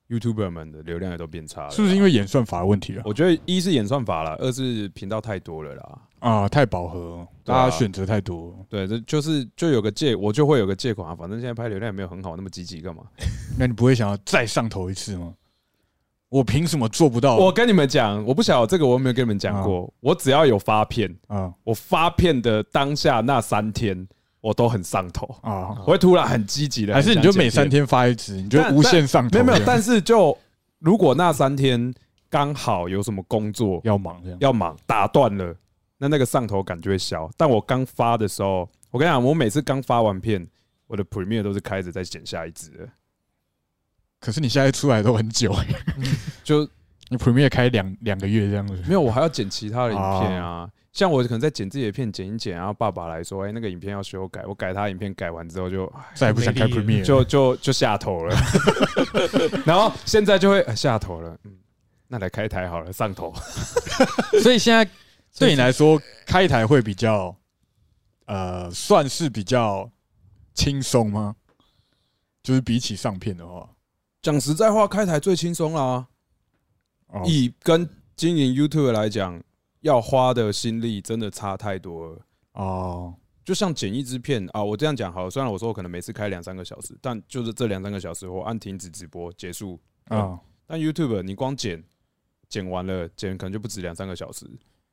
S1: YouTuber 们的流量也都变差了。
S2: 是不是因为演算法的问题啊？
S1: 我觉得一是演算法啦，二是频道太多了啦。
S2: 啊，太饱和，
S1: 对啊
S2: 大家选择太多，
S1: 对，这就是就有个借，我就会有个借口啊。反正现在拍流量也没有很好，那么积极干嘛？
S2: 那你不会想要再上头一次吗？我凭什么做不到？
S1: 我跟你们讲，我不晓得这个我有没有跟你们
S2: 哦
S1: 讲过。我只要有发片，
S2: 啊
S1: 我发片的当下那三天，我都很上头，
S2: 啊，
S1: 我会突然很积极的。
S2: 还是你
S1: 很想
S2: 就每
S1: 剪
S2: 三
S1: 片
S2: 天发一支，你就
S1: 但
S2: 无限上头
S1: 没
S2: 这
S1: 有
S2: 样？
S1: 没有，但是就如果那三天刚好有什么工作
S2: 要忙这样。
S1: 要忙打断了，那那个上头感就会消。但我刚发的时候，我跟你讲，我每次刚发完片，我的 Premiere 都是开着在剪下一支的，
S2: 可是你现在出来都很久，
S1: 就
S2: 你 Premiere 开两两个月这样子。
S1: 没有，我还要剪其他的影片啊。像我可能在剪自己的片，剪一剪，然后爸爸来说：“哎、那个影片要修改。”我改他影片，改完之后就
S2: 再也不想开
S3: 没力
S2: Premiere，
S1: 就就就下头了。然后现在就会、呃下头了，嗯，那来开台好了，上头。
S2: 所以现在对你来说，开台会比较呃，算是比较轻松吗？就是比起上片的话，
S1: 讲实在话，开台最轻松啦。
S2: 哦
S1: 以跟经营 YouTube 来讲，要花的心力真的差太多了。
S2: 哦，
S1: 就像剪一支片啊，我这样讲好了，虽然我说我可能每次开两三个小时，但就是这两三个小时我按停止直播结束。
S2: 啊，
S1: 但 YouTube 你光剪，剪完了剪可能就不止两三个小时，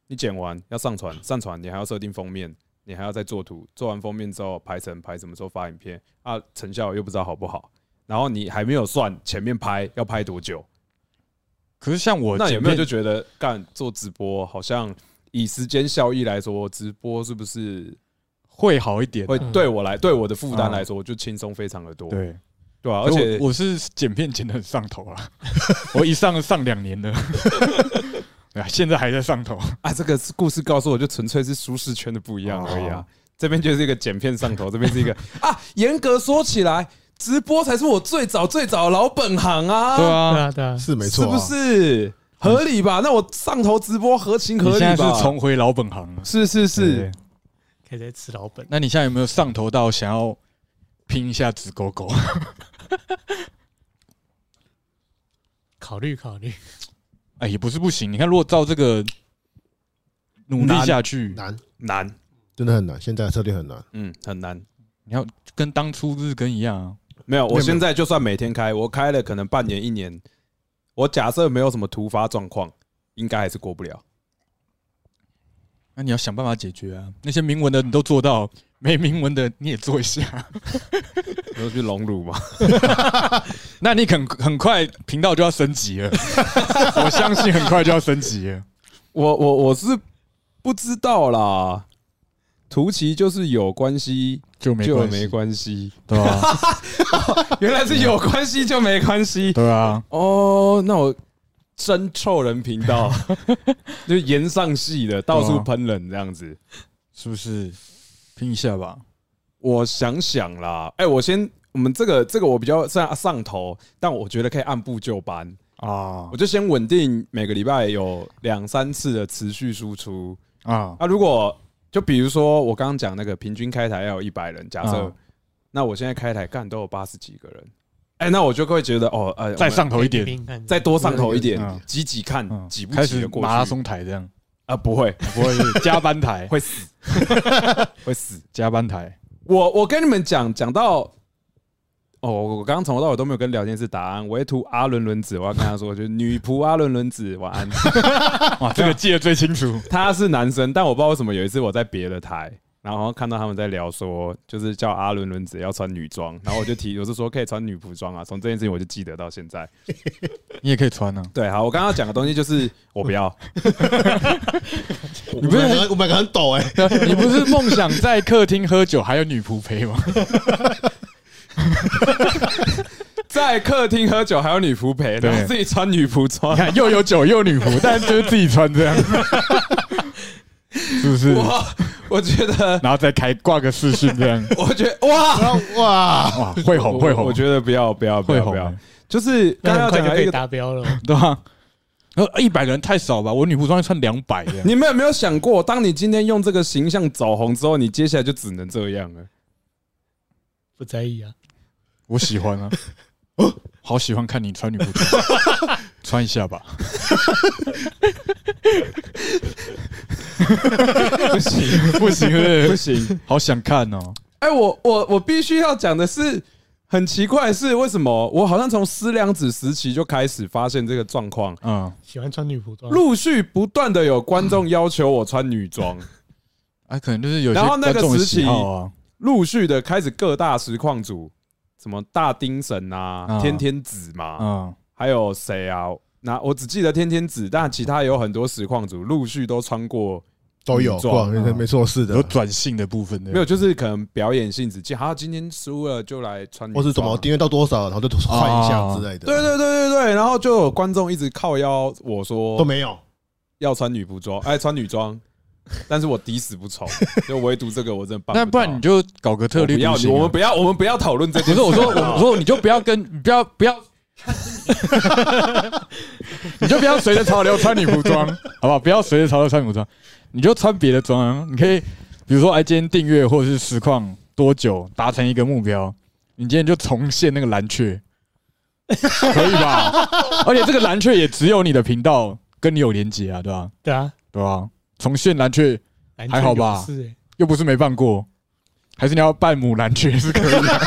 S1: 你剪完要上传，上传你还要设定封面，你还要再做图，做完封面之后排成排什么时候发影片啊，成效又不知道好不好，然后你还没有算前面拍要拍多久，
S2: 可是像我
S1: 那有
S2: 剪
S1: 没有
S2: 片
S1: 就觉得干做直播好像以时间效益来说，直播是不是
S2: 会好一点？
S1: 会
S3: 嗯
S1: 对我来对我的负担
S2: 啊
S1: 来说就轻松非常的多，
S2: 对，
S1: 对啊，而且
S2: 我我是剪片剪的很上头 啊，我一上上两年了，对啊，现在还在上头。
S1: 啊，这个是故事告诉我，就纯粹是舒适圈的不一样而已啊
S2: 哦。
S1: 这边就是一个剪片上头，这边是一 个啊，严格说起来，直播才是我最早最早的老本行啊，
S2: 对
S3: 对
S2: 啊，嗯
S3: 啊对啊，
S5: 是没错啊，
S1: 是不是合理吧？那我上头直播合情
S2: 你
S1: 合
S2: 现
S1: 理
S2: 在
S1: 吧？
S2: 是重回老本行了。
S1: 是是
S2: 对
S1: 是，
S3: 可以再吃老本。
S2: 那你现在有没有上头到想要拼一下纸狗狗？
S3: 考虑考虑，
S2: 哎，也不是不行。你看，如果照这个努力下去，
S5: 难，
S1: 难，
S5: 真的很难，现在的策略很难。
S1: 嗯，很难。
S2: 你要跟当初日更一样啊。
S1: 没有，
S5: 没
S1: 我
S5: 有
S1: 现在就算每天开，我开了可能半年一年，我假设没有什么突发状况，应该还是过不了。
S2: 那你要想办法解决啊。那些明文的你都做到，没明文的你也做一下。
S1: 你说去隆乳嘛？
S2: 那你很很快频道就要升级了， 我相信很快就要升级了。
S1: 我我我是不知道啦，图奇就是有关系
S2: 就没
S1: 就
S2: 关
S1: 没
S2: 系，哦
S1: 关系，
S2: 对啊 吧？
S1: 原来是有关系就没关系
S2: 对啊，
S1: 哦。那我真臭人频 道就言上戏的，到处喷人这样子。
S2: 是不是拼一下吧？
S1: 我想想啦，哎，我先我们这个这个我比较上上头，但我觉得可以按部就班，
S2: 啊
S1: 我就先稳定每个礼拜有两三次的持续输出。
S2: 啊
S1: 啊，如果就比如说我刚刚讲那个平均开台要有一百人，假设、
S2: 嗯
S1: 那我现在开台干都有八十几个人，哎、那我就会觉得哦，呃，
S2: 再上头一
S3: 拼
S2: 点，
S3: 拼看，
S1: 再多上头一点
S2: 嗯，
S1: 挤挤看，挤不
S2: 开
S1: 挤
S2: 始
S1: 的过去
S2: 马拉松台这样，
S1: 啊，不会
S2: 不 会是加班台，
S1: 会死，会死。
S2: 加班台
S1: 我我跟你们讲，讲到哦，我我刚刚从头到尾都没有跟聊天室答案，唯独阿伦伦子，我要跟他说，就是女仆阿伦伦子，晚安。
S2: 哇，这个记得最清楚。
S1: 他是男生，但我不知道为什么有一次我在别的台，然后看到他们在聊说，就是叫阿伦伦子要穿女装，然后我就提，我就说可以穿女仆装啊。从这件事情我就记得到现在。
S2: 你也可以穿啊，
S1: 对，好，我刚刚讲的东西就是我不要，
S5: 你不是我们很抖 哎，
S2: 你不是梦想在客厅喝酒还有女仆陪吗？
S1: 在客厅喝酒还有女仆陪，
S2: 对
S1: 然后自己穿女仆装
S2: 你。 看又有酒又女 仆，但就是自己穿这样， 是不是？
S1: 哇，我觉得，
S2: 然后再开挂个视讯这样，
S1: 我觉得哇，
S5: 然后哇，
S2: 哇，啊会
S1: 我
S2: 红会红，
S1: 我觉得不要不要不
S2: 会
S1: 要
S2: 红
S1: 不要
S2: 欸，，
S1: 就是刚
S3: 那
S1: 刚
S3: 很快
S1: 讲
S3: 就
S1: 的
S3: 可
S1: 一
S3: 以
S1: 个
S3: 达标了。
S2: 对
S1: 啊
S2: 吧？然
S1: 呃
S2: 后一百人太少吧，我女仆装穿两百 的，
S1: 你们有没有想过，当你今天用这个形象走红之后，你接下来就只能这样了？
S3: 不在意啊，
S2: 我喜 欢啊，
S1: 哦
S2: 好喜欢看你穿女仆装， 穿一下吧。
S1: 不行，
S2: 不行
S1: 不
S2: 不行，
S1: 行。
S2: 好想看哦。
S1: 哎，我我我必须要讲的是，很奇怪的是为什么我好像从思良子时期就开始发现这个状况，
S2: 嗯，
S3: 喜欢穿女仆装，
S1: 陆续不断的有观众要求我穿 女装，
S2: 啊，可能就是有些
S1: 然后那
S2: 观
S1: 个
S2: 众的
S1: 时期
S2: 喜好啊，
S1: 陆续的开始各大实况组，什么大丁神啊、
S2: 嗯
S1: 天天子嘛，
S2: 嗯，
S1: 还有谁啊？那我只记得天天子，但其他有很多实况组陆续都穿过，
S5: 都有，
S1: 女装
S5: 哇没错，是的
S2: 嗯有，转性的部分的，
S1: 没有，就是可能表演性质，就好，今天输了就来穿女
S5: 或
S1: 装，
S5: 是怎么订阅到多少，然后就换一
S2: 啊
S5: 下之类的，
S1: 对对对对对，然后就有观众一直靠腰我说
S5: 都没有，
S1: 要穿女仆装，哎， 穿女装，但是我抵死不从， 就唯独这个我真的办
S2: 那
S1: 不
S2: 不然你就搞个特
S1: 我
S2: 立
S1: 不
S2: 独
S1: 要，
S2: 行啊。
S1: 我们不要，我们不要讨论这
S2: 不
S1: 件
S2: 是
S1: 事。
S2: 我说，我我说你就不要跟，你不要不要，你就不要随着潮流穿女仆装，好不好？不要随着潮流穿女仆装，你就穿别的装啊。你可以比如说，哎，今天订阅或者是实况多久达成一个目标，你今天就重现那个蓝雀，可以吧？而且这个蓝雀也只有你的频道跟你有连接啊，对吧、
S3: 对啊，
S2: 对吧、重现蓝雀
S3: 篮
S2: 还好吧
S3: 球勇士欸
S2: 又不是没办过，还是你要办母蓝雀是可以的。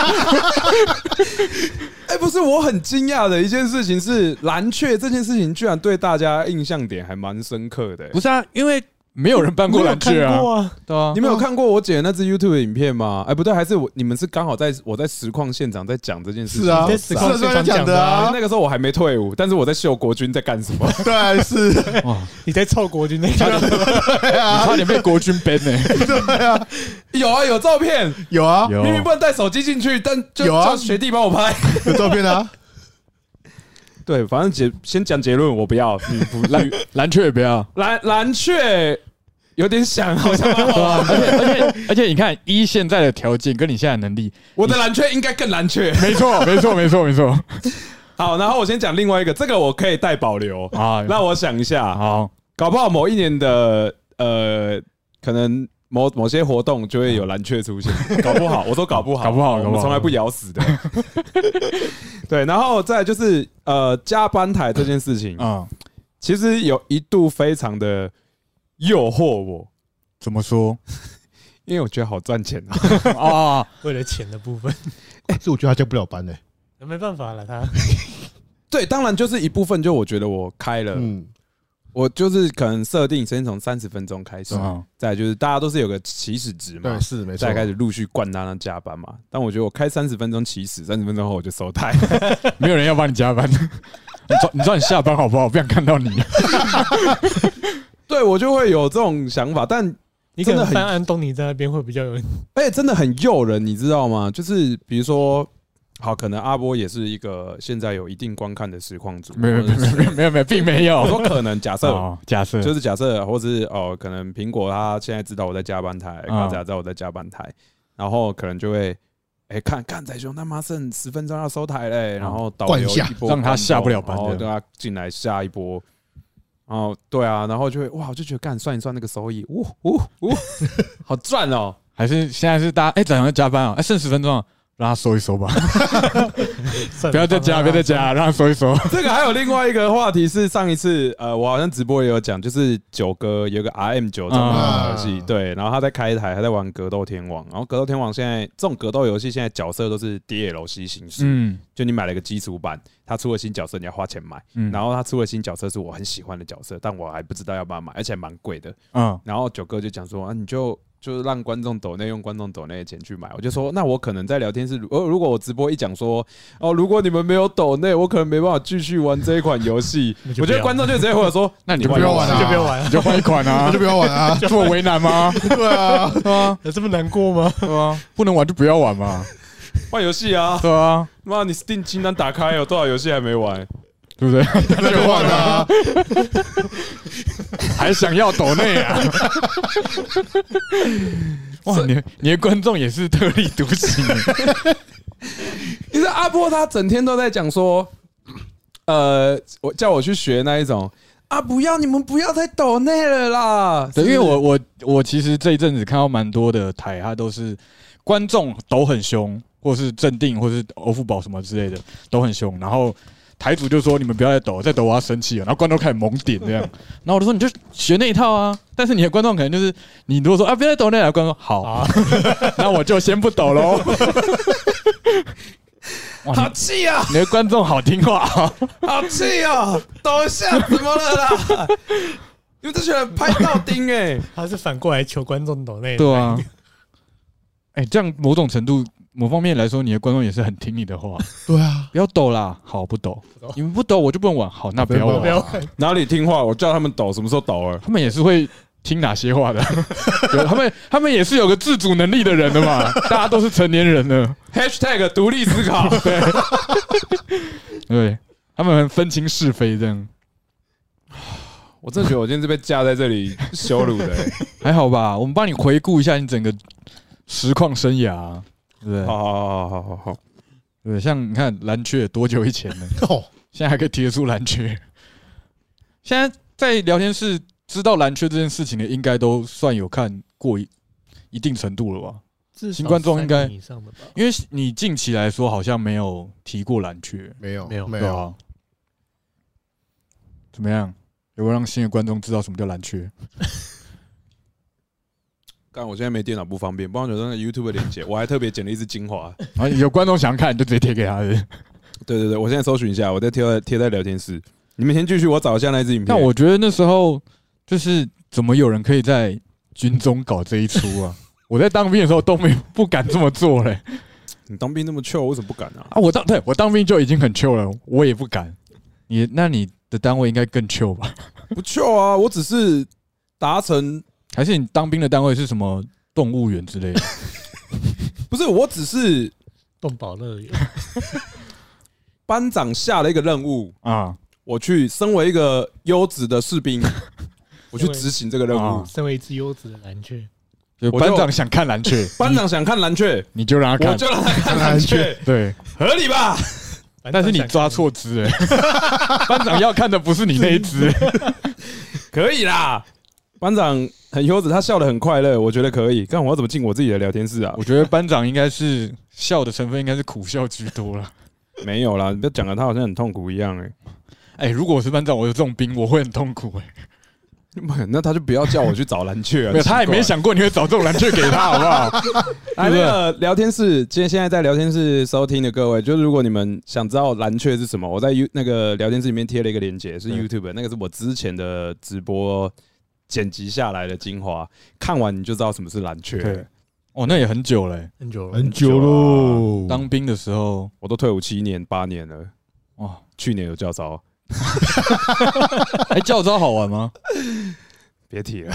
S1: 哎、不是，我很惊讶的一件事情是，蓝雀这件事情居然对大家印象点还蛮深刻的、欸
S2: 不是啊，因为没有人办
S3: 我
S2: 过
S3: 有
S2: 蓝雀
S3: 看
S2: 啊，
S3: 过啊，
S2: 对啊
S1: 你，们有看过我姐的那支 YouTube 影片吗？哎、不对，还是我你们是刚好在我在实况现场在讲这件事情。
S5: 是啊，
S3: 你在
S5: 是
S3: 实
S5: 啊
S3: 况
S5: 是
S3: 现
S5: 啊
S3: 场
S5: 讲
S3: 讲
S5: 的
S3: 的
S1: 啊
S5: 啊，
S1: 那个时候我还没退伍，但是我在秀国军在干什 么？
S2: 啊
S5: 对，啊是，
S3: 你在凑国军那个，
S2: 你差点被国军 ban 呢。
S1: 有啊，有照片，
S5: 有啊，
S2: 有
S1: 明明不能带手机进去，但就
S5: 有啊
S1: 叫学弟帮我拍。
S5: 有照片啊，
S1: 对，反正结先讲结论，我不要。你不 蓝
S2: 蓝蓝雀也不要，
S1: 蓝蓝雀有点想，好像蛮好玩的
S2: 而且你看，依现在的条件跟你现在的能力，
S1: 我的蓝雀应该更蓝雀。
S2: 没错，没错，没错，没错
S1: 好，然后我先讲另外一个，这个我可以带保 留。
S2: 啊。
S1: 让我想一下，
S2: 好，
S1: 搞不好某一年的呃，可能某某些活动就会有蓝雀出 现，搞不好，我说搞不好，
S2: 搞不好
S1: 我
S2: 搞不
S1: 们
S2: 好
S1: 从来不咬死的。 对，然后再来就是呃，加班台这件事情，
S2: 嗯，
S1: 其实有一度非常的诱惑我，
S2: 怎么说
S1: 因为我觉得好赚钱啊。
S2: 啊？
S3: 为了钱的部分，
S5: 是我觉得他加不了班呢，
S3: 没办法了，他
S1: 对，当然就是一部分，就我觉得我开了，
S5: 嗯，
S1: 我就是可能设定先从三十分钟开始，
S2: 嗯
S1: 再来就是大家都是有个起始值嘛
S5: 对，，是没错
S1: 再，开始陆续灌他那加班嘛。但我觉得我开三十分钟起始，三十分钟后我就收台。
S2: 没有人要帮你加班，你早你早点下班好不好？我不想看到你。
S1: 对我就会有这种想法，但
S3: 你可
S1: 真的
S3: 能
S1: 很
S3: 翻安东尼在那边会比较有
S1: 而且真的很诱人，你知道吗？就是比如说，好，可能阿波也是一个现在有一定观看的实况组，
S2: 没有，
S1: 或者
S2: 没
S1: 是
S2: 有，没有，没有，没有，并没
S1: 我
S2: 有。
S1: 说可能假设。
S2: 哦假设
S1: 就是假设，或是哦，可能苹果它现在知道我在加班台，
S2: 嗯
S1: 卡仔知道我在加班台，然后可能就会，哎、看看仔兄他妈剩十分钟要收台嘞，然后导
S5: 灌
S1: 游
S5: 一下
S1: 一波
S2: 让他
S1: 灌
S2: 哦下
S1: 动
S2: 不了班
S1: 然后
S2: 的
S1: 让他进来下一波，哦，对啊，然后就会哇，我就觉得干算一算那个收益，呜呜 呜，好赚哦，
S2: 还是现在是大家哎，早上要加班啊，哎，剩十分钟啊，让他收一收吧，不要再
S3: 啊
S2: 加，不要再加，让他收一收。
S1: 这个还有另外一个话题是上一次呃，我好像直播也有讲，就是九哥有个 RM 九这种游戏，
S5: 嗯
S1: 对，然后他在开台，他在玩格斗天王，然哦后格斗天王现在这种格斗游戏现在角色都是 DLC 形式，
S2: 嗯
S1: 就你买了一个基础版，他出了新角色你要花钱买，
S2: 嗯
S1: 然后他出了新角色是我很喜欢的角色，但我还不知道要不要买，而且还蛮贵的，
S2: 嗯，
S1: 然后九哥就讲说啊，你就就是让观众抖内用观众抖内的钱去买。我就说，那我可能在聊天室，如呃，如果我直播一讲说，哦，如果你们没有抖内，我可能没办法继续玩这一款游 戏
S3: 那。就
S1: 我
S3: 不
S1: 觉
S3: 要
S1: 得观众就直接回我说，
S2: 那你就
S1: 你
S2: 不要
S5: 不要玩
S2: 玩了，
S5: 啊
S3: 就不要玩
S2: 你
S3: 了，
S2: 就换一款啊，
S5: 那就不要玩啊，
S2: 这么为难吗？
S5: 对啊，
S2: 对啊，
S3: 有这么难过吗？
S2: 对啊， 不能玩就不要玩嘛，
S1: 换游戏啊！
S2: 对啊，
S1: 妈，你 Steam 清单打开有多少游戏还没玩？
S2: 对不对？
S5: 那就换啊，
S2: 还想要抖内啊？哇，你你的观众也是特立独行，
S1: 其实阿波他整天都在讲说，呃，我叫我去学那一种啊，不要你们不要再抖内了啦。
S2: 对，因为我我我其实这一阵子看到蛮多的台，它都是观众抖很凶，或是镇定，或是欧付宝什么之类的都很凶，然后。台主就说：“你们不要再抖，再抖我要生气了。”然后观众开始猛点这样，然后我就说：“你就学那一套啊！”但是你的观众可能就是你如果说啊，不要再抖那了，观众说好，
S3: 啊，
S2: 那我就先不抖喽。哇，
S1: 好
S2: 你
S1: 气啊！
S2: 你的观众好听话、啊，
S1: 好气哦！抖一下，怎么了啦？你们这群人拍到钉哎、
S3: 他是反过来求观众抖内，
S2: 对啊。哎、这样某种程度、某方面来说，你的观众也是很听你的话，
S5: 对啊，
S2: 不要抖啦，好不抖，你们不抖我就不能玩，好那不要
S5: 不要
S3: 不
S2: 玩
S3: 要，
S2: 啊，
S3: 玩，
S1: 哪里听话？我叫他们抖，什么时候抖啊了？
S2: 他们也是会听哪些话的， 有他们他们也是有个自主能力的人的嘛， 大家都是成年人了，
S1: #hashtag 独立思考。
S2: 对他们很分清是非这样。
S1: 我真的觉得我今天是被架在这里 羞辱的、欸。
S2: 还好吧，我们帮你回顾一下你整个实况生涯啊、对不对？
S1: 好好好好好好，
S2: 对，像你看蓝雀多久以前呢？
S5: 哦，
S2: 现在还可以贴出蓝雀。现在在聊天室知道蓝雀这件事情的，应该都算有看过一一定程度了吧？
S3: 至少
S2: 新观众应该
S3: 三年以上的吧？
S2: 因为你近期来说好像没有提过蓝雀，
S5: 没有
S3: 没有
S5: 没
S2: 对
S5: 有，
S2: 啊？怎么样？有没有让新的观众知道什么叫蓝 雀？
S1: 干，我现在没电脑不方便，不然我就那个 YouTube 的连接，我还特别剪了一支精华。
S2: 啊，有观众想看你就直接贴给他的。
S1: 对对对，我现在搜寻一下，我再贴在贴在聊天室。你们先继续，我找一下那支影片。
S2: 但我觉得那时候就是怎么有人可以在军中搞这一出 啊？我在当兵的时候都没有不敢这么做嘞、
S1: 你当兵那么 chill，我为什么不敢啊？
S2: 啊！我当对我当兵就已经很 chill 了，我也不敢。你那你的单位应该更 chill 吧？
S1: 不 chill 啊，我只是达成，
S2: 还是你当兵的单位是什么动物园之类的？
S1: 不是，我只是
S3: 动保乐园，
S1: 班长下了一个任务，
S2: 啊，
S1: 我去身为一个优质的士 兵，我去执行这个任务
S2: 啊。
S3: 身为一只优质的蓝雀，
S2: 就
S1: 我就
S2: 班长想看蓝 雀，
S1: 班长想看蓝雀，
S2: 你就让他
S1: 我
S2: 看。
S1: 就让他看蓝雀，
S2: 对，
S1: 合理吧？
S2: 但是你抓错只了、欸 班长要看的不是你那一只。
S1: 可以啦。班长很优质，他笑得很快乐，我觉得可以。看我要怎么进我自己的聊天室啊
S2: 我？觉得班长应该是笑的成分应该是苦笑居多了。
S1: 没有啦，你不要讲的他好像很痛苦一样哎、
S2: 哎、如果我是班长，我有这种兵，我会很痛苦哎、
S1: 欸。 那他就不要叫我去找蓝雀啊。
S2: 没有，他也
S1: 奇怪
S2: 没。想过你会找这种蓝雀给他，好不好？
S1: 来，那个聊天室，今天现在在聊天室收听的各位，就是如果你们想知道蓝雀是什么，我在 U 那个聊天室里面贴了一个链接，是
S2: 对
S1: YouTube 的那个是我之前的直播剪辑下来的精华，看完你就知道什么是蓝雀了。
S2: 对，哦，那也很久嘞、
S3: 很久了，
S5: 很久喽。
S2: 当兵的时候，
S1: 我都退伍七年八年了，
S2: 哇，
S1: 去年有教招，
S2: 哎、教招好玩吗？
S1: 别提了。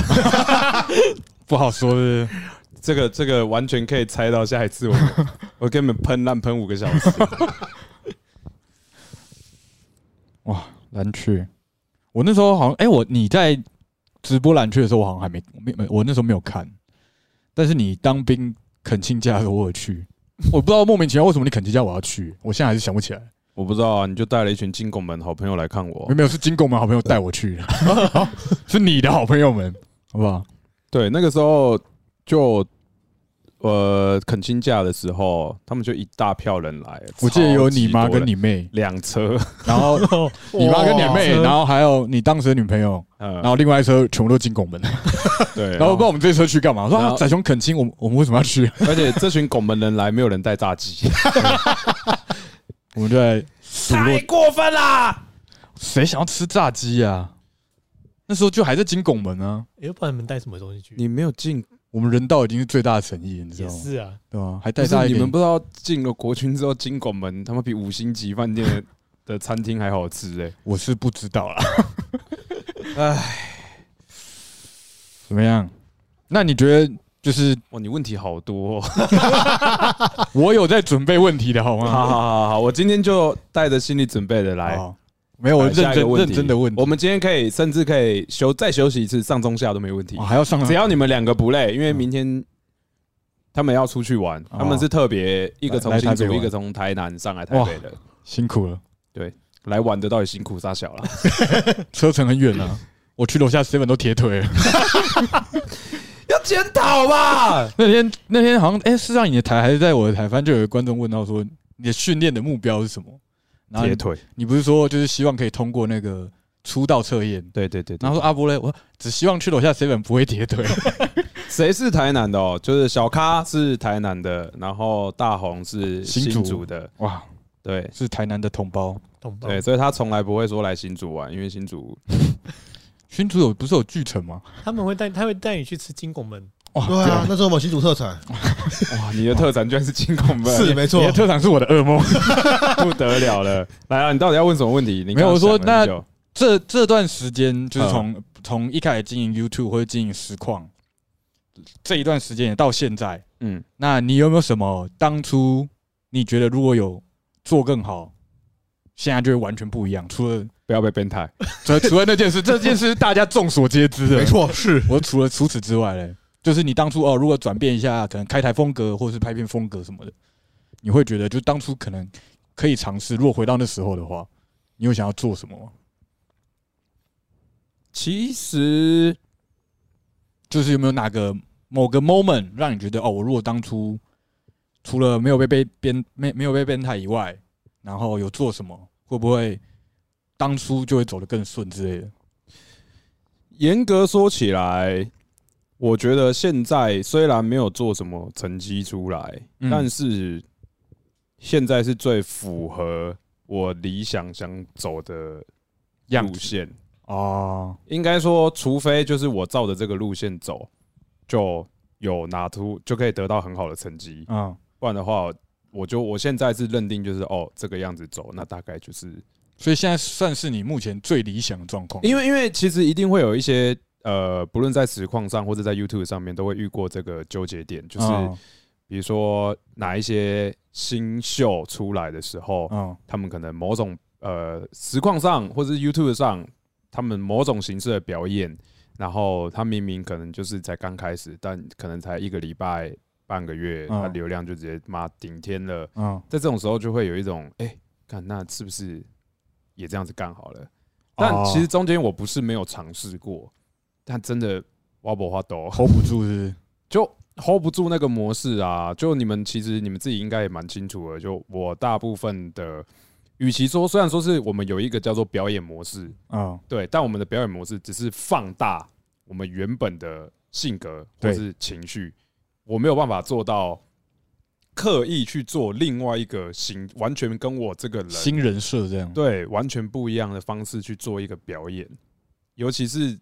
S2: 不好说是不是
S1: 这个这个完全可以猜到下一次我 们我跟你们喷烂喷五个小时。
S2: 哇，蓝雀，我那时候好像，哎、我你在直播蓝雀的时候，我好像还没，我没，我那时候没有看，但是你当兵恳亲假的时候，我有去，我不知道莫名其妙为什么你恳亲假我要去，我现在还是想不起来，
S1: 我不知道啊，你就带了一群金拱门好朋友来看我
S2: 没。没有是金拱门好朋友带 我去的，是你的好朋友们，好不好？
S1: 对，那个时候就呃恳亲假的时候，他们就一大票人来，
S2: 我记得有你
S1: 超
S2: 妈
S1: 级多人
S2: 跟你妹，
S1: 两 车，
S2: 然后 你妈跟你妹，
S3: 哦
S2: 然后还有你当时的女朋友，
S1: 嗯
S2: 然，后另外一车全部都进拱门，
S1: 对，啊
S2: 然后不知道我们这车去干嘛，我说
S1: 然
S2: 啊
S1: 后
S2: 仔熊恳亲，我们我们为什么 要去？啊
S1: 而且这群拱门人来，没有人带炸 鸡，
S2: 我们就在数落
S1: 太过分啦！
S2: 谁想要吃炸鸡啊？那时候就还在进拱门啊，
S3: 要哎不然你们带什么东西去？
S1: 你没有进，
S2: 我们人道已经是最大的诚意，你知
S3: 也
S2: 道吗？
S3: 是啊，
S2: 对吧？还带
S1: 但
S2: 大
S1: 是
S2: 一
S1: 你们
S2: 点
S1: 不知道进了国军之后，金拱门他妈比五星级饭店的的餐厅还好吃哎、
S2: 我是不知道啦。 唉，怎么样？那你觉得 就是
S1: 哇，你问题好多、哦。
S2: 我有在准备问题的好
S1: 好 好
S2: 吗？
S1: 好好，我今天就带着心理准备的来。
S2: 好，没有我
S1: 来
S2: 认
S1: 下一个
S2: 真
S1: 问
S2: 认
S1: 题
S2: 真的问题
S1: 我，们今天可以甚至可以休再休息一次，上中下都没问题
S2: 哦。还要上
S1: 只要你们两个不累，因为明天他们要出去玩，
S2: 哦
S1: 他们是特别一个从
S2: 来来
S1: 新
S2: 台北
S1: 竹，
S2: 玩
S1: 一个从台南上来台北的，
S2: 辛苦了，
S1: 来玩的到底辛苦啥小了？
S2: 车程很远 啊，我去楼下 seven 都铁腿了。
S1: 要检讨 吧？
S2: 那天那天好像哎、是上你的台还是在我的台，反正就有个观众问到说你的训练的目标是什么？然后
S1: 铁
S2: 你
S1: 腿，
S2: 你不是说就是希望可以通过那个出道测验？
S1: 对对对。
S2: 然
S1: 然
S2: 后
S1: 后
S2: 说阿波嘞，我只希望去楼下 seven 不会跌 腿。
S1: 谁是台南的哦？就是小咖是台南的，然后大红是
S2: 新竹
S1: 新竹的，
S2: 哇，
S1: 对
S2: 是台南的同胞。
S3: 懂吧？
S1: 对，所以他从来不会说来新竹玩，因为新竹
S2: 新竹有不是有巨城吗？
S3: 他们会带，他会带你去吃金拱门，
S2: 哇，
S5: 对啊，那时候我们新竹特产
S1: 哇，你的特产居然是金拱门，
S4: 啊
S5: 是没错
S2: 你的，特长是我的噩梦。
S1: 不得了了。来啊，你到底要问什么问题？你刚刚
S2: 没有我说
S1: 想了很久
S2: 这这段时间就是
S1: 嗯
S2: 从从一开始经营 YouTube 或者经营实况这一段时间也到现在，
S1: 嗯，
S2: 那你有没有什么当初你觉得如果有做更好，现在就会完全不一样？除了
S1: 不要被变态。
S2: 除除了那 件事，这件事是大家众所皆知的。
S5: 没错，是
S2: 我除了除此之外嘞，就是你当初哦，如果转变一下，可能开台风格或是拍片风格什么的，你会觉得就当初可能可以尝试。如果回到那时候的话，你有想要做什么吗？
S1: 其实
S2: 就是有没有哪个某个 moment 让你觉得哦，我如果当初除了没有被被编没没有被编态以外，然后有做什么，会不会当初就会走得更顺之类的？
S1: 严格说起来，我觉得现在虽然没有做什么成绩出来，
S2: 嗯
S1: 但是现在是最符合我理想想走的
S2: 样
S1: 路线。
S2: 哦，
S1: 应该说，除非就是我照着这个路线走，就有拿出就可以得到很好的成绩，
S2: 嗯，
S1: 不然的话，我就我现在是认定就是哦这个样子走，那大概就是
S2: 所以现在算是你目前最理想的状况。
S1: 因为因为其实一定会有一些呃，不论在实况上或者在 YouTube 上面，都会遇过这个纠结点，就是
S2: 嗯
S1: 比如说哪一些新秀出来的时候，
S2: 嗯
S1: 他们可能某种呃实况上或者是 YouTube 上，他们某种形式的表演，然后他明明可能就是才刚开始，但可能才一个礼拜、半个月，
S2: 嗯
S1: 他流量就直接妈顶天了。
S2: 嗯，
S1: 在这种时候就会有一种，哎、看那是不是也这样子干好了？但其实中间我不是没有尝试过，但真的挖不花都
S2: hold 不住是不是？
S1: 就 hold 不住那个模式啊。就你们其实你们自己应该也蛮清楚的，就我大部分的，与其说虽然说是我们有一个叫做表演模式，
S2: 嗯
S1: 对，但我们的表演模式只是放大我们原本的性格或
S2: 对
S1: 是情绪，我没有办法做到刻意去做另外一个形，完全跟我这个人
S2: 新人设这样。
S1: 对完全不一样的方式去做一个表演，尤其是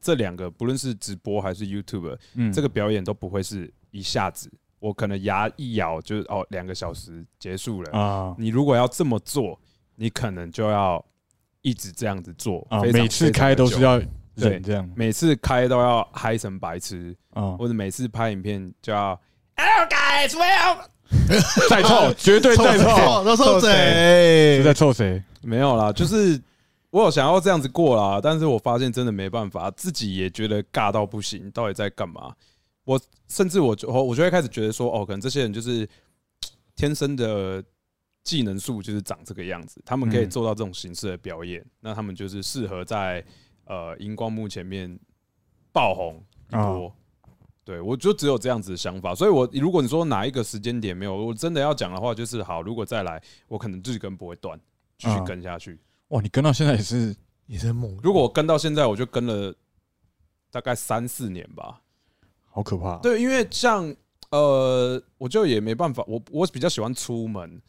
S1: 这两个，不论是直播还是 YouTube，、
S2: 嗯
S1: 这个表演都不会是一下子，我可能牙一咬就是哦两个小时结束了，
S2: 啊
S1: 你如果要这么做，你可能就要一直这样子做
S2: 啊，
S1: 非常
S2: 每次开都是要
S1: 对
S2: 忍这样
S1: 每次开都要嗨成白痴，
S2: 啊，
S1: 或者每次拍影片就要 Hello guys, well
S2: 再 臭，绝对再臭，
S5: 那臭
S2: 是
S5: 嘴
S2: 在，臭谁？
S1: 没有啦，就是我有想要这样子过啦，但是我发现真的没办法，自己也觉得尬到不行，到底在干嘛？我甚至我就我我就会开始觉得说，哦，可能这些人就是嘖天生的技能数就是长这个样子，他们可以
S2: 嗯
S1: 做到这种形式的表演，那他们就是适合在呃荧光幕前面爆红一波。对，我就只有这样子的想法，所以我如果你说哪一个时间点没有，我真的要讲的话，就是好，如果再来，我可能日更不会断，继续
S2: 嗯
S1: 跟下去。
S2: 哇，你跟到现在也是
S3: 也是很猛。
S1: 如果我跟到现在，我就跟了大概三四年吧。
S2: 好可怕。啊
S1: 对，因为像呃，我就也没办法，我我比较喜欢出门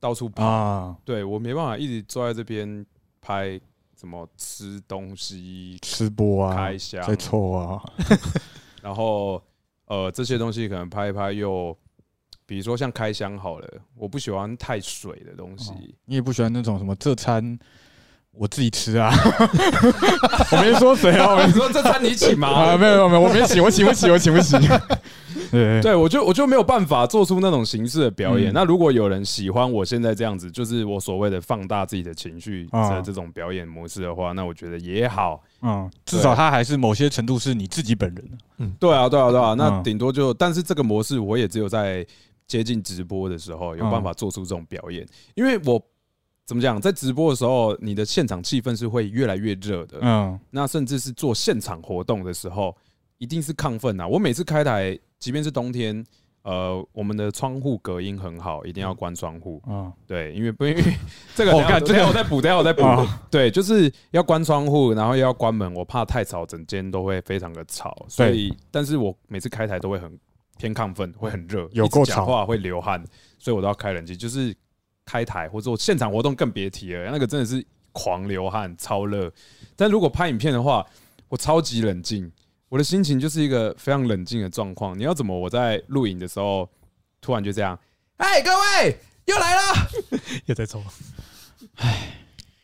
S1: 到处跑，
S2: 啊，
S1: 对我没办法一直坐在这边拍什么吃东西、
S2: 吃播啊
S1: 开，箱，
S2: 在臭啊，
S1: 然后呃这些东西可能拍一拍又，比如说像开箱好了，我不喜欢太水的东西。
S2: 你也不喜欢那种什么这餐我自己吃啊， 我没说谁啊，我没
S1: 你说这餐你 请
S2: 啊，
S1: 吗？
S2: 没有没有没有，我没洗，我洗我洗我洗 我洗。对，
S1: 对，我就我就没有办法做出那种形式的表演。
S2: 嗯
S1: 那如果有人喜欢我现在这样子，就是我所谓的放大自己的情绪
S2: 啊
S1: 的这种表演模式的话，那我觉得也好。
S2: 嗯，至少他还是某些程度是你自己本人。
S1: 对啊，对啊，对啊。那
S2: 嗯
S1: 顶多就，但是这个模式我也只有在接近直播的时候有
S2: 嗯
S1: 办法做出这种表演，因为我怎么讲，在直播的时候，你的现场气氛是会越来越热的。
S2: 嗯，
S1: 那甚至是做现场活动的时候，一定是亢奋啊！我每次开台，即便是冬天，呃，我们的窗户隔音很好，一定要关窗户。
S2: 啊，
S1: 对，因为不因 为这个
S2: 哦
S1: 等一下，
S2: 干这
S1: 这
S2: 个
S1: 个我再补，等一下我再补
S2: 啊。
S1: 对，就是要关窗户，然后又要关门，我怕太吵，整间都会非常的吵。所以，但是我每次开台都会很偏亢奋，会很热，
S2: 有
S1: 一直
S2: 够
S1: 讲
S2: 吵
S1: 话会流汗，所以我都要开冷气。就是开台或者我现场活动更别提了，那个真的是狂流汗，超热。但如果拍影片的话，我超级冷静，我的心情就是一个非常冷静的状况。你要怎么我在录影的时候突然就这样？哎，各位又来了。
S3: 又在抽，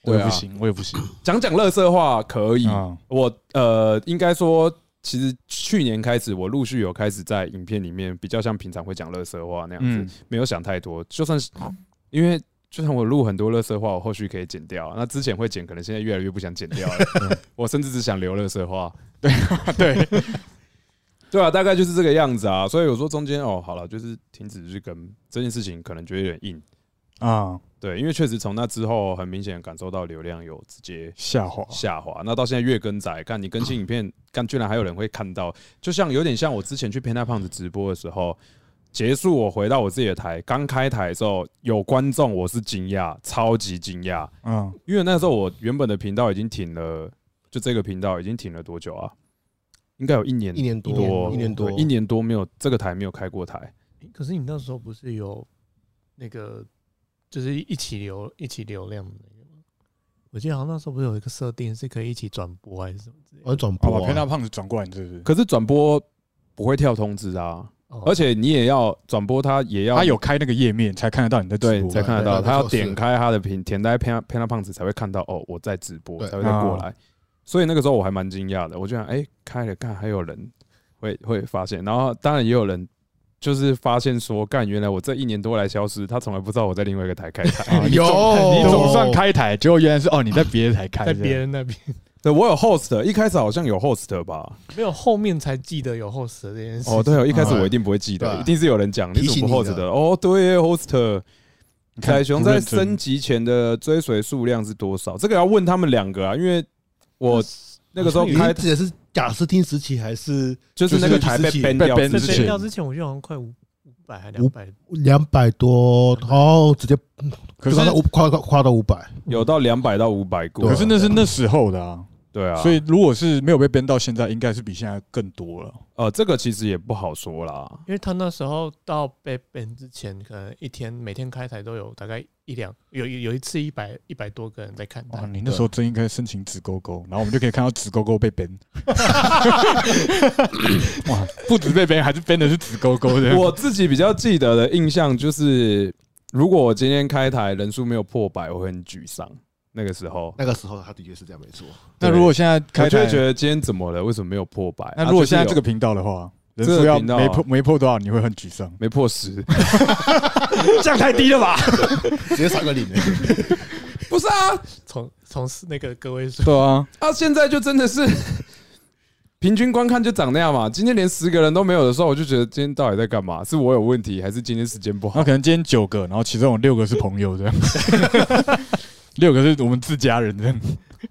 S2: 我也
S1: 对啊
S2: 不行，我也 不行。
S1: 讲讲乐色话可以，
S2: 嗯
S1: 我呃，应该说，其实去年开始，我陆续有开始在影片里面比较像平常会讲乐色话那样子，
S2: 嗯
S1: 没有想太多。就算是因为，就算我录很多乐色话，我后续可以剪掉。啊那之前会剪，可能现在越来越不想剪掉 了。我甚至只想留乐色话。
S2: 对，
S1: 对啊，大概就是这个样子啊。所以我说中间哦，好了，就是停止日更这件事情，可能觉得有点硬。
S2: 啊，
S1: 对，因为确实从那之后很明显感受到流量有直接
S2: 下滑，
S1: 下滑。那到现在月更仔，看你更新影片，看居然还有人会看到，就像有点像我之前去偏爱胖子直播的时候，结束我回到我自己的台，刚开台的时候有观众，我是惊讶，超级惊讶，
S2: 嗯，
S1: 因为那时候我原本的频道已经停了，就这个频道已经停了多久啊？应该有一年
S4: 一年多
S1: 多，
S4: 一年多
S1: 对一年多没有这个台没有开过台。
S3: 诶可是你那时候不是有那个，就是一起流一起流量的那个吗？我记得好像那时候不是有一个设定是可以一起转播还是什么之类的
S4: 我要转
S2: 好吧，
S4: 播
S2: 偏大
S4: 啊，
S2: 胖子转过来，你是不是？
S1: 可是转播不会跳通知啊，
S3: 哦
S1: 而且你也要转播，它也要
S2: 他有开那个页面才看得到你在直
S1: 啊对
S2: 播，
S1: 才看得
S4: 对
S1: 到，
S4: 对
S1: 他要
S4: 没错是
S1: 点开他的屏，点开偏偏他胖子才会看到哦，我在直播，
S4: 对
S1: 才会再过来。所以那个时候我还蛮惊讶的，我就想，哎、开了看还有人会会发现，然后当然也有人就是发现说，干，原来我这一年多来消失，他从来不知道我在另外一个台开台。
S2: 啊你
S4: 有
S2: 总
S1: 哦
S2: 你总算开台，结果原来是哦你在别的台开，
S3: 在别人那边
S1: 对我有 host，一开始好像有 host 吧？
S3: 没有，后面才记得有后十这件事。
S1: 哦，对，哦，一开始
S4: 嗯
S1: 我一定不会记
S4: 对
S1: 得，
S4: 啊
S1: 一定是有人讲
S4: 提
S1: 你怎
S4: 醒
S1: 么不
S4: 你
S1: host
S4: 的
S1: 的？哦，对耶，host。
S2: 你看
S1: 凯雄在升
S2: 不
S1: 级前的追随数量是多少？这个要问他们两个啊，因为我那个时候
S4: 你
S1: 开
S4: 是指的是贾斯汀时期还是
S1: 就是那个台被
S4: 就是
S1: ban
S2: 被
S1: 掉
S2: ban
S1: 之
S2: 之
S3: 在删
S1: 前
S2: 前，
S3: 掉之前，我就好像快五五百还两
S4: 五
S3: 百，
S4: 两百多，然后直接
S2: 认
S4: 就
S2: 真
S4: 到
S2: 可
S4: 五跨跨跨到五百，
S1: 有到两百到五百过啊
S2: 是，可是那是那时候的啊，
S1: 对啊，
S2: 所以如果是没有被编到现在，应该是比现在更多了。
S1: 呃，这个其实也不好说啦。
S3: 因为他那时候到被 ban 之前，可能一天每天开台都有大概一两，有有有一次一百一百多个人在看
S1: 哦
S2: 哇，
S3: 他。
S2: 你那时候真应该申请直勾勾，然后我们就可以看到直勾勾 被编。哇，不止被编，还是编的是直勾勾的。
S1: 我自己比较记得的印象就是，如果我今天开台人数没有破百，我会很沮丧。那个时候，
S4: 那个时候他的确是这样，没错。
S2: 那如果现在
S1: 我
S2: 开
S1: 就会觉
S2: 台，
S1: 得今天怎么了？为什么没有破百？
S2: 那
S1: 啊
S2: 如果
S1: 就是
S2: 现在这
S1: 有
S2: 个啊频道的话，人
S1: 这
S2: 数
S1: 个
S2: 要
S1: 频道。
S2: 没破没破多少，你会很沮丧
S1: 没破十，
S2: 这样太低了吧？
S4: 直接三个零，
S1: 不是啊，
S3: 从从那个个位数，
S2: 对啊，
S1: 啊，现在就真的是 平均观看就长那样嘛。今天连十个人都没有的时候，我就觉得今天到底在干嘛？是我有问题，还是今天时间不
S2: 那
S1: 好？
S2: 可能今天九个，然后其中有六个是朋友这 样，六个是我们自家人这样。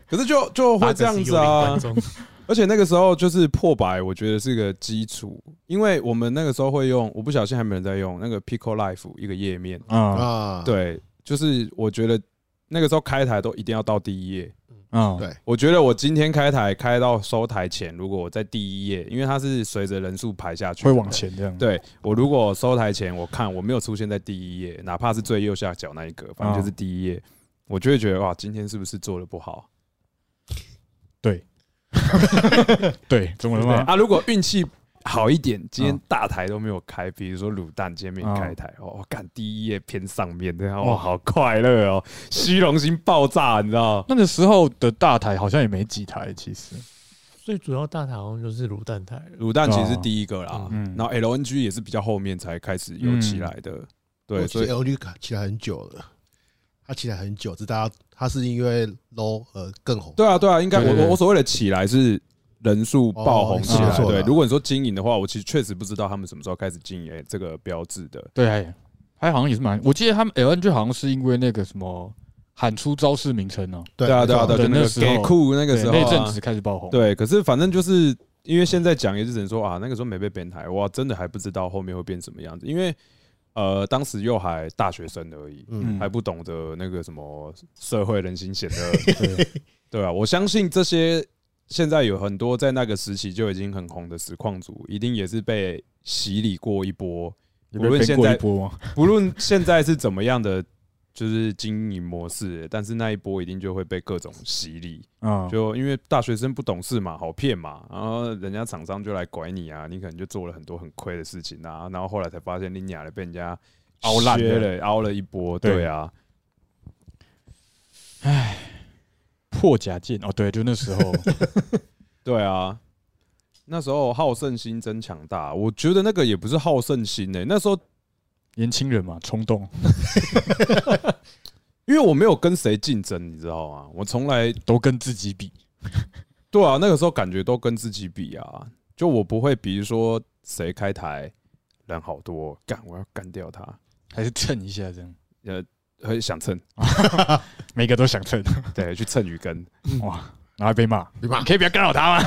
S1: 可是就就会这样子啊
S3: 八个。是幽灵观众
S1: 而且那个时候就是破百，我觉得是个基础，因为我们那个时候会用，我不小心还没有人在用那个 Pico Life 一个页面。
S2: 啊
S4: 啊，
S1: 对，就是我觉得那个时候开台都一定要到第一页。
S2: 啊，
S4: 对
S1: 我觉得我今天开台开到收台前，如果我在第一页，因为它是随着人数排下去的
S2: 会
S1: 嘛，
S2: 往前这样。
S1: 对我如果收台前我看我没有出现在第一页，哪怕是最右下角那一个，反正就是第一页，我就会觉得哇，今天是不是做的不好？
S2: 对，怎么了
S1: 对
S2: 吗？
S1: 啊，如果运气好一点，今天大台都没有开，比如说卤蛋今天没开台，哦，干第一页偏上面，这样哇，
S2: 哇
S1: 好快乐哦，虚荣心爆炸，你知道？
S2: 那个时候的大台好像也没几台，其实。
S3: 最主要大台好像就是卤蛋台了。
S1: 卤蛋其实是
S2: 哦
S1: 第一个啦，
S2: 嗯
S1: 然后 LNG 也是比较后面才开始有起来的，对，
S4: 其
S1: 所
S4: 实
S1: 以
S4: LG 卡起来很久了，他起来很久，只是大家他是因为 low 而更红。
S1: 对啊，对啊，应该
S2: 对
S1: 我
S2: 对对
S1: 我我所谓的起来是人数爆红起
S2: 哦
S1: 来。
S2: 是啊
S1: 对，如果你说经营的话，我其实确实不知道他们什么时候开始经营这个标志的。
S2: 对，还好像也是蛮，我记得他们 LNG 好像是因为那个什么喊出招式名称呢、
S4: 对
S1: 对啊，对啊，对啊，
S2: 对
S1: 就那
S2: 那
S1: 个
S2: 时候
S1: 给酷那个
S2: 对，
S1: 时候
S2: 那阵
S1: 啊
S2: 子，开始爆红。
S1: 对，可是反正就是因为现在讲也是只能说啊，那个时候没被编台，哇，真的还不知道后面会变什么样子，因为呃，当时又还大学生而已，
S4: 嗯，
S1: 还不懂得那个什么社会人心险恶。
S2: 对，
S1: 对啊，我相信这些现在有很多在那个时期就已经很红的实况组，一定也是被洗礼过一波。
S2: 有
S1: 无
S2: 被
S1: 论
S2: 编
S1: 现
S2: 过一
S1: 在，
S2: 波吗？
S1: 不论现在是怎么样的，就是经营模式，但是那一波一定就会被各种洗礼。
S2: 啊，
S1: 就因为大学生不懂事嘛，好骗嘛，然后人家厂商就来拐你啊，你可能就做了很多很亏的事情啊，然后后来才发现你娘的被人家
S2: 凹烂
S1: 削
S2: 了
S1: 了，凹了一波，
S2: 对
S1: 对啊，
S2: 破甲剑哦，对，就那时候
S1: 对啊，那时候好胜心真强大，我觉得那个也不是好胜心呢、那时候
S2: 年轻人嘛，冲动
S1: 因为我没有跟谁竞争，你知道吗？我从来
S2: 都跟自己比。
S1: 对啊，那个时候感觉都跟自己比啊，就我不会比如说谁开台人好多，干我要干掉他，
S2: 还是蹭一下这样，
S1: 呃，很想蹭，
S2: 每个都想蹭，
S1: 对，去蹭鱼羹。
S2: 然后被骂，
S4: 对吧
S2: 你？可以不要干扰他吗？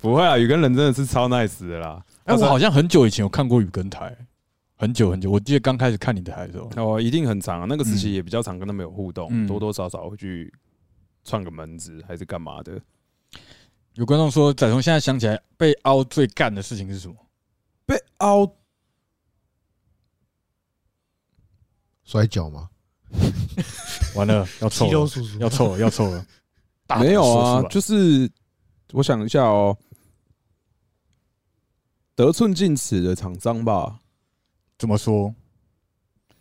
S1: 不会啊，鱼羹人真的是超 nice 的啦。
S2: 哎，
S1: 但是
S2: 我好像很久以前有看过雨跟台，很久很久，我记得刚开始看你的台的时候，
S1: 哦，一定很长啊，那个时期
S2: 嗯
S1: 也比较常跟他们有互动，
S2: 嗯
S1: 多多少少会去串个门子还是干嘛的。
S2: 有观众说，仔从现在想起来被凹最干的事情是什么？
S1: 被凹
S4: 摔跤吗？
S2: 完了，要
S3: 肌
S2: 臭
S3: 肉
S2: 了，
S3: 叔叔
S2: 要臭了，要臭了，大胆
S1: 没有
S2: 说
S1: 啊
S2: 出，来
S1: 就是我想一下哦，得寸进尺的厂商吧，
S2: 怎么说？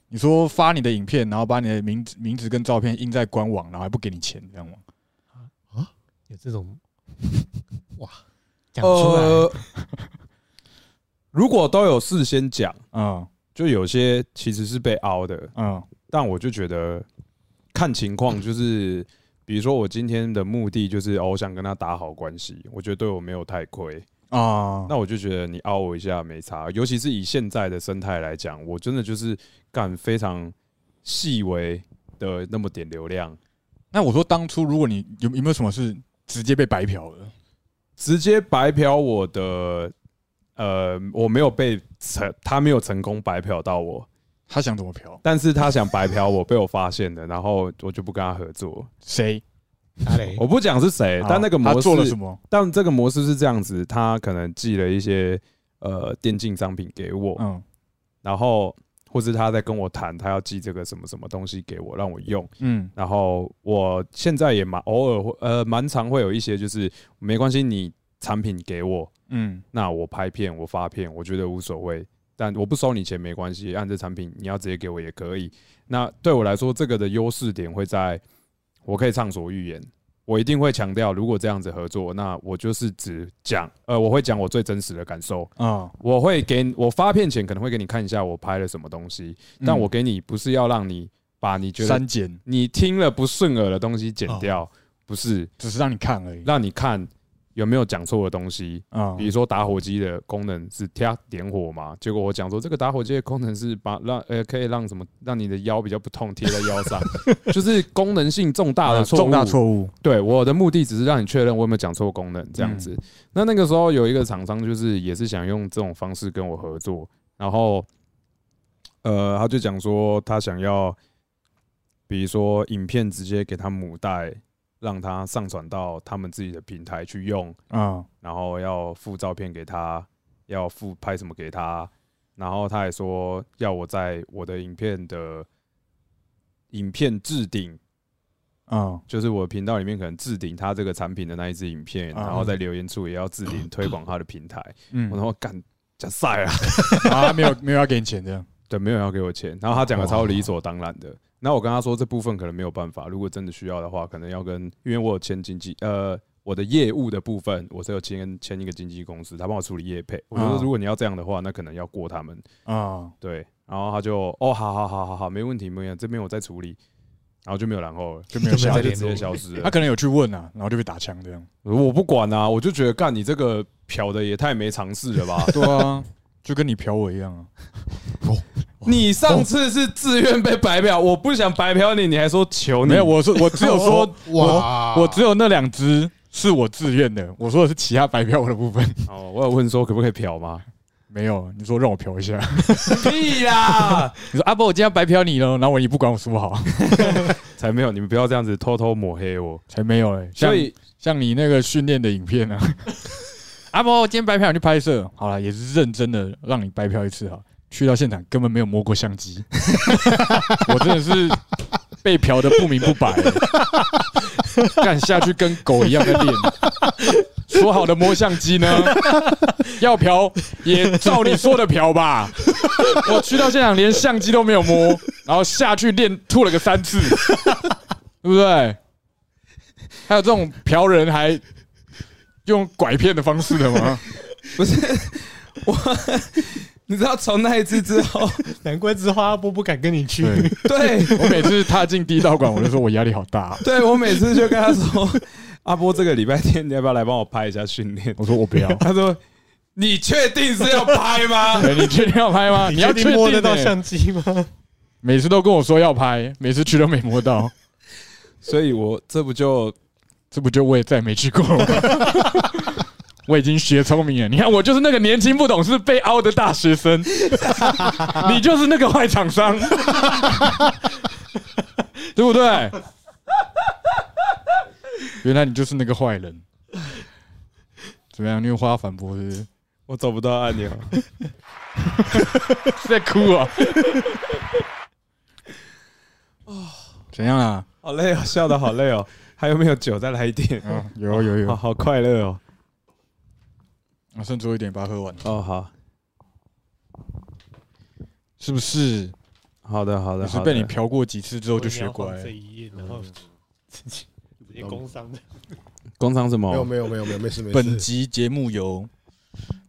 S2: 你说发你的影片，然后把你的名字、名字跟照片印在官网，然后还不给你钱，这样吗？
S3: 有这 种哇，讲出来
S1: 呃，如果都有事先讲，
S2: 嗯
S1: 就有些其实是被凹的，
S2: 嗯
S1: 但我就觉得看情况，就是比如说我今天的目的就是哦，我想跟他打好关系，我觉得对我没有太亏，
S2: 啊，
S1: 那我就觉得你凹我一下没差，尤其是以现在的生态来讲，我真的就是干非常细微的那么点流量，
S2: 那我说当初如果你有有没有什么是直接被白嫖的？
S1: 直接白嫖我的，呃，我没有被成，他没有成功白嫖到我，
S2: 他想怎么嫖？
S1: 但是他想白嫖我被我发现了，然后我就不跟他合作，
S2: 谁？
S3: 阿雷
S1: 我不讲是谁，
S2: 好
S1: 哎但那个模
S2: 他做了什
S1: 式，
S2: 么？
S1: 但这个模式是这样子，他可能寄了一些呃电竞商品给我，
S2: 嗯
S1: 然后或是他在跟我谈，他要寄这个什么什么东西给我，让我用。
S2: 嗯
S1: 然后我现在也蛮偶尔会呃蛮常会有一些就是没关系，你产品给我，
S2: 嗯
S1: 那我拍片我发片，我觉得无所谓。但我不收你钱没关系，按这产品你要直接给我也可以。那对我来说，这个的优势点会在我可以畅所欲言，我一定会强调，如果这样子合作，那我就是只讲，呃，我会讲我最真实的感受，
S2: 啊，
S1: 我会给我发片前可能会给你看一下我拍了什么东西，但我给你不是要让你把你觉得
S2: 嗯删哦减，
S1: 你听了不顺耳的东西剪掉，不是
S2: 只是让你看而已。
S1: 让你看有没有讲错的东西。
S2: 啊
S1: 比如说打火机的功能是啪点火嘛，结果我讲说这个打火机的功能是把让呃可以让什么让你的腰比较不痛贴在腰 上，就是功能性重大的错误。
S2: 啊重大错误，
S1: 对，我的目的只是让你确认我有没有讲错功能这样子。那那个时候有一个厂商就是也是想用这种方式跟我合作，然后呃，他就讲说他想要，比如说影片直接给他母带，让他上传到他们自己的平台去用，
S2: 啊
S1: 然后要附照片给他，要附拍什么给他，然后他还说要我在我的影片的影片置顶
S2: 啊
S1: 就是我频道里面可能置顶他这个产品的那一支影片，
S2: 啊
S1: 然后在留言处也要置顶推广他的平台。
S2: 嗯
S1: 我他妈干假赛啊！
S2: 啊，没有没有要给你钱这样，
S1: 对，没有人要给我钱，然后他讲的超理所当然的。那我跟他说这部分可能没有办法，如果真的需要的话，可能要跟因为我有签经纪呃。我的业务的部分，我是有签签一个经纪公司，他帮我处理业配。我就说，
S2: 啊
S1: 如果你要这样的话，那可能要过他们。
S2: 啊，
S1: 对，然后他就哦，好好好好好，没问题，没问题，这边我再处理，然后就没有然后了，
S2: 就没有
S3: 就
S2: 下
S1: 他
S3: 没再
S1: 就
S2: 联
S1: 直
S3: 联络
S1: 接消失了
S2: 他。可能有去问啊，然后就被打枪这样。？
S1: 我不管啊，我就觉得干你这个嫖的也太没常识了吧
S2: 对啊，就跟你嫖我一样啊。
S1: 你上次是自愿被白嫖，我不想白嫖你，你还说求你？
S2: 没有，我说 我只有说，
S4: 哇，
S2: 我只有那两只是我自愿的，我说的是其他白嫖我的部分。
S1: 哦，我有问说可不可以嫖吗？
S2: 没有，你说让我嫖一下，
S1: 屁啦，
S2: 你说阿伯我今天要白嫖你了，然后我也不管我说好，
S1: 才没有！你们不要这样子偷偷抹黑我。
S2: 才没有嘞。像
S1: 所以
S2: 像你那个训练的影片啊，阿伯我今天白嫖你去拍摄，好了，也是认真的让你白嫖一次哈。去到现场根本没有摸过相机，我真的是被嫖的不明不白，干下去跟狗一样在练。说好的摸相机呢？要嫖也照你说的嫖吧。我去到现场连相机都没有摸，然后下去练吐了个三次，对不对？还有这种嫖人还用拐骗的方式的吗？
S1: 不是我，你知道从那一次之 后，
S3: 难怪之花波不敢跟你去，
S2: 对
S1: 对
S2: 我每次踏进第一道馆，我就说我压力好 大，
S1: 对，我每次就跟 他说，阿波这个礼拜天你要不要来帮我拍一下训练？
S2: 我说我不要，
S1: 他说你确定是要拍吗？
S2: 对你确定要拍吗？你要
S3: 确
S2: 确
S3: 定摸得到
S2: 欸
S3: 相机吗？
S2: 每次都跟我说要拍，每次去都没摸到，
S1: 所以我这不就
S2: 这不就我也再也没去过了吗。 我已经学聪明了，你看我就是那个年轻不懂事被凹的大学生，你就是那个坏厂商， 对不对？ 原来你就是那个坏人，怎么样？你有话要反驳是不是？
S1: 我找不到按钮？
S2: 是在哭啊？怎样啊啦？
S1: 好累哦，笑的好累 哦。还有没有酒？再来一点。
S2: 嗯，有有有
S1: 好，好快乐哦。
S2: 啊，剩最后一点把它喝完，
S1: 哦，好，
S2: 是不是？
S1: 好的，好的，
S2: 就是
S1: 好
S2: 被你
S1: 的
S2: 嫖过几次之后就学乖
S3: 我一定要放这一页，嗯然后直接直接工伤的。
S1: 工商什么？
S4: 没有没有没有没有没事没事。
S2: 本集节目由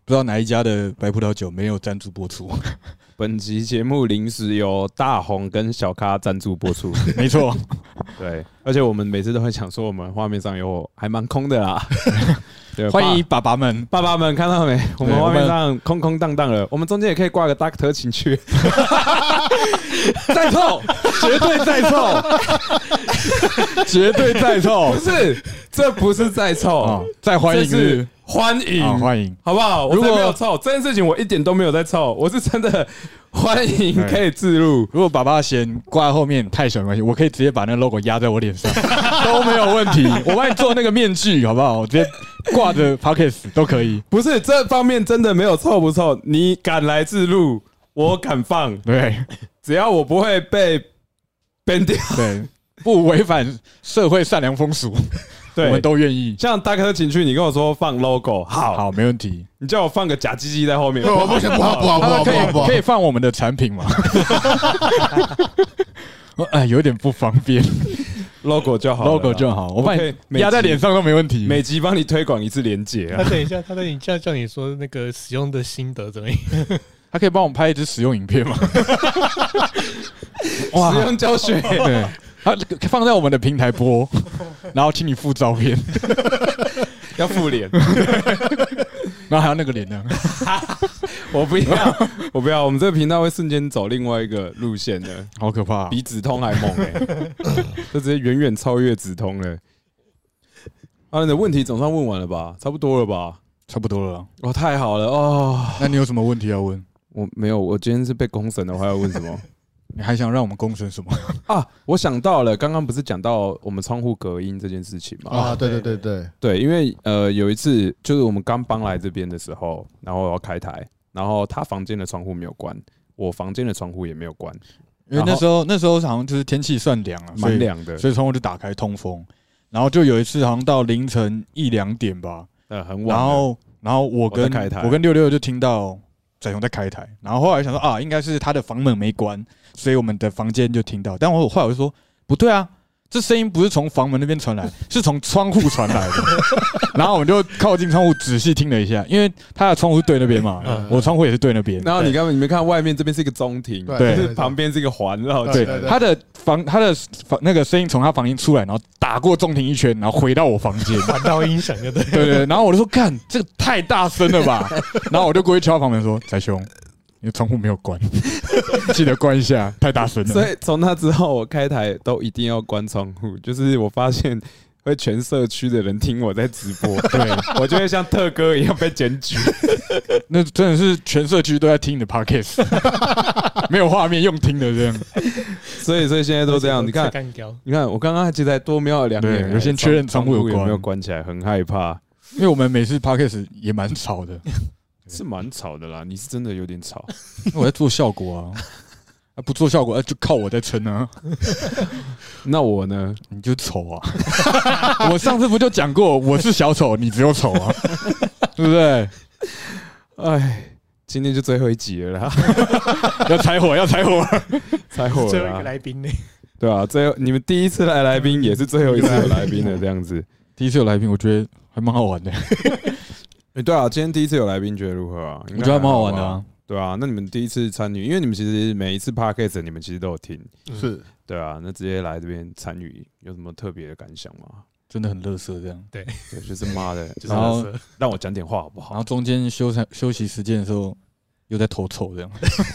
S2: 不知道哪一家的白葡萄酒没有赞助播出，
S1: 本集节目临时由大红跟小咖赞助播 出。
S2: 没错，
S1: 对，而且我们每次都会讲说，我们画面上有还蛮空的 啦。对，
S2: 欢迎爸 爸们。
S1: 爸爸爸爸们看到没？我们画面上空空荡荡了，我们中间也可以挂个 Doctor 情 趣，
S2: 再凑，绝对再 凑，绝对再凑
S1: 不是，这不是在
S2: 啊
S1: 凑，！
S2: 再欢迎
S1: 这
S2: 是
S1: 是欢迎
S2: 啊，欢迎，
S1: 好不好？我
S2: 如
S1: 才
S2: 果
S1: 没有凑这件事情，我一点都没有在凑，我是真的欢迎
S2: 对
S1: 可以自入。
S2: 如果爸爸嫌挂在后面太小没关系，我可以直接把那个 logo 压在我 脸上都没有问题。我帮你做那个面具，好不好？我直接挂着 pockets 都可以。
S1: 不是这方面真的没有凑不凑，你敢来自入，我敢放，
S2: 对
S1: 只要我不会被 ban 掉，
S2: 对，不违反社会善良风俗，我
S1: 对
S2: 们。都愿意。
S1: 像大哥情趣，你跟我说放 logo，好，
S2: 好，没问题。
S1: 你叫我放个假鸡鸡在后面，
S4: 我不行， 不好不好不
S2: 啊可
S4: 好不好不
S2: 以
S4: 好
S2: 可，以放我们的产品吗？ 我哎，有点不方便
S1: logo 就好了啦
S2: ，logo 就好，我把
S1: 可
S2: 你
S1: 以每集
S2: 压在脸上都没问题。
S1: 每集帮你推广一次连接
S3: 他
S1: 啊。
S3: 等一下，他等一下叫你说那个使用的心得怎么样？
S2: 他可以帮我们拍一支使用影 片吗？哇
S1: 使用教学，
S2: 对，他放在我们的平台播，然后请你附照片，
S1: 要复联，
S2: 然后还有那个脸呢。
S1: 我不要，我不要，我们这个频道会瞬间走另外一个路线的，
S2: 好可怕、
S1: 比止痛还猛哎、 这直接远远超越止痛了。啊，你的问题总算问完了吧？差不多了吧？
S2: 差不多了啦。
S1: 哦，太好了哦！
S2: 那你有什么问题要问？
S1: 我没有，我今天是被公审的，我还要问什 么
S2: 你还想让我们公审什么？
S1: 啊？我想到了，刚刚不是讲到我们窗户隔音这件事情吗？
S4: 啊！对对对对，
S1: 对，因为呃有一次就是我们刚搬来这边的时候，然后我要开台，然后他房间的窗户没有关，我房间的窗户也没有关，
S2: 因为那时候那时候好像就是天气算凉了，所以
S1: 蛮凉的，
S2: 所以窗户就打开通风。然后就有一次好像到凌晨一两点吧，
S1: 呃很晚了。
S2: 然后然后我
S1: 我
S2: 跟
S1: 在开台
S2: 我跟六六就听到仔雄在开台，然后后来想说啊，应该是他的房门没关，所以我们的房间就听到。但我后来我就说不对啊，这声音不是从房门那边传来， 是从窗户传来的。然后我们就靠近窗户仔细听了一下，因为他的窗户是对那边嘛，嗯我窗户也是对那边。
S1: 然后你看，你们看外面这边是一个中庭，
S4: 对
S2: 对
S1: 就是旁边是一个环绕
S4: 对
S1: 对，
S2: 对，他的房，他的房那个声音从他房间出来，然后打过中庭一圈，然后回到我房间。
S3: 反倒音响就对了。
S2: 对对，对然后我就说干，这个太大声了吧？ 然后我就过去敲房门说：“仔兄，你的窗户没有关， 记得关一下，太大声
S1: 所
S2: 了。
S1: 以从那之后，我开台都一定要关窗户，就是我发现。会全社区的人听我在直 播，对我就会像特哥一样被检举。”
S2: 那真的是全社区都在听你的 podcast，没有画面用听的这样。
S1: 所以，所以现在都这样。你看
S3: 在，干掉，
S1: 你看，我刚刚其实才多瞄了两
S2: 对
S1: 眼，哎
S2: 我先确认窗户有
S1: 有没有
S2: 关
S1: 关起来，很害怕。
S2: 因为我们每次 podcast 也蛮吵的，
S1: 是蛮吵的啦，你是真的有点吵。
S2: 我在做效果啊，啊不做效果啊就靠我在撑啊，
S1: 那我呢？
S2: 你就丑啊。 我上次不就讲过，我是小丑，你只有丑啊， 对不对？
S1: 哎，今天就最后一集了啦，
S2: 要柴火，要柴火。
S1: 太火
S3: 最后一个
S1: 了啦，
S3: 来宾呢？
S1: 对啊，最后你们第一次来来宾也是最后一次有来宾的这样子。
S2: 第一次有来宾，我觉得还蛮好玩 的，
S1: 哎， 对啊，今天第一次有来宾，觉得如何啊？
S2: 我
S1: 我
S2: 觉得还蛮好玩的啊。。
S1: 对啊，那你们第一次参与，因为你们其实每一次 podcast 你们其实都有听，
S4: 是
S1: 对啊，那直接来这边参与有什么特别的感想吗？
S2: 真的很乐色这样。
S1: 对，就是妈的，
S3: 就是
S1: 然后
S3: 垃圾
S1: 让我讲点话好不
S2: 然
S1: 好
S2: 后？中间休息休息时间的时候，又在偷臭这样，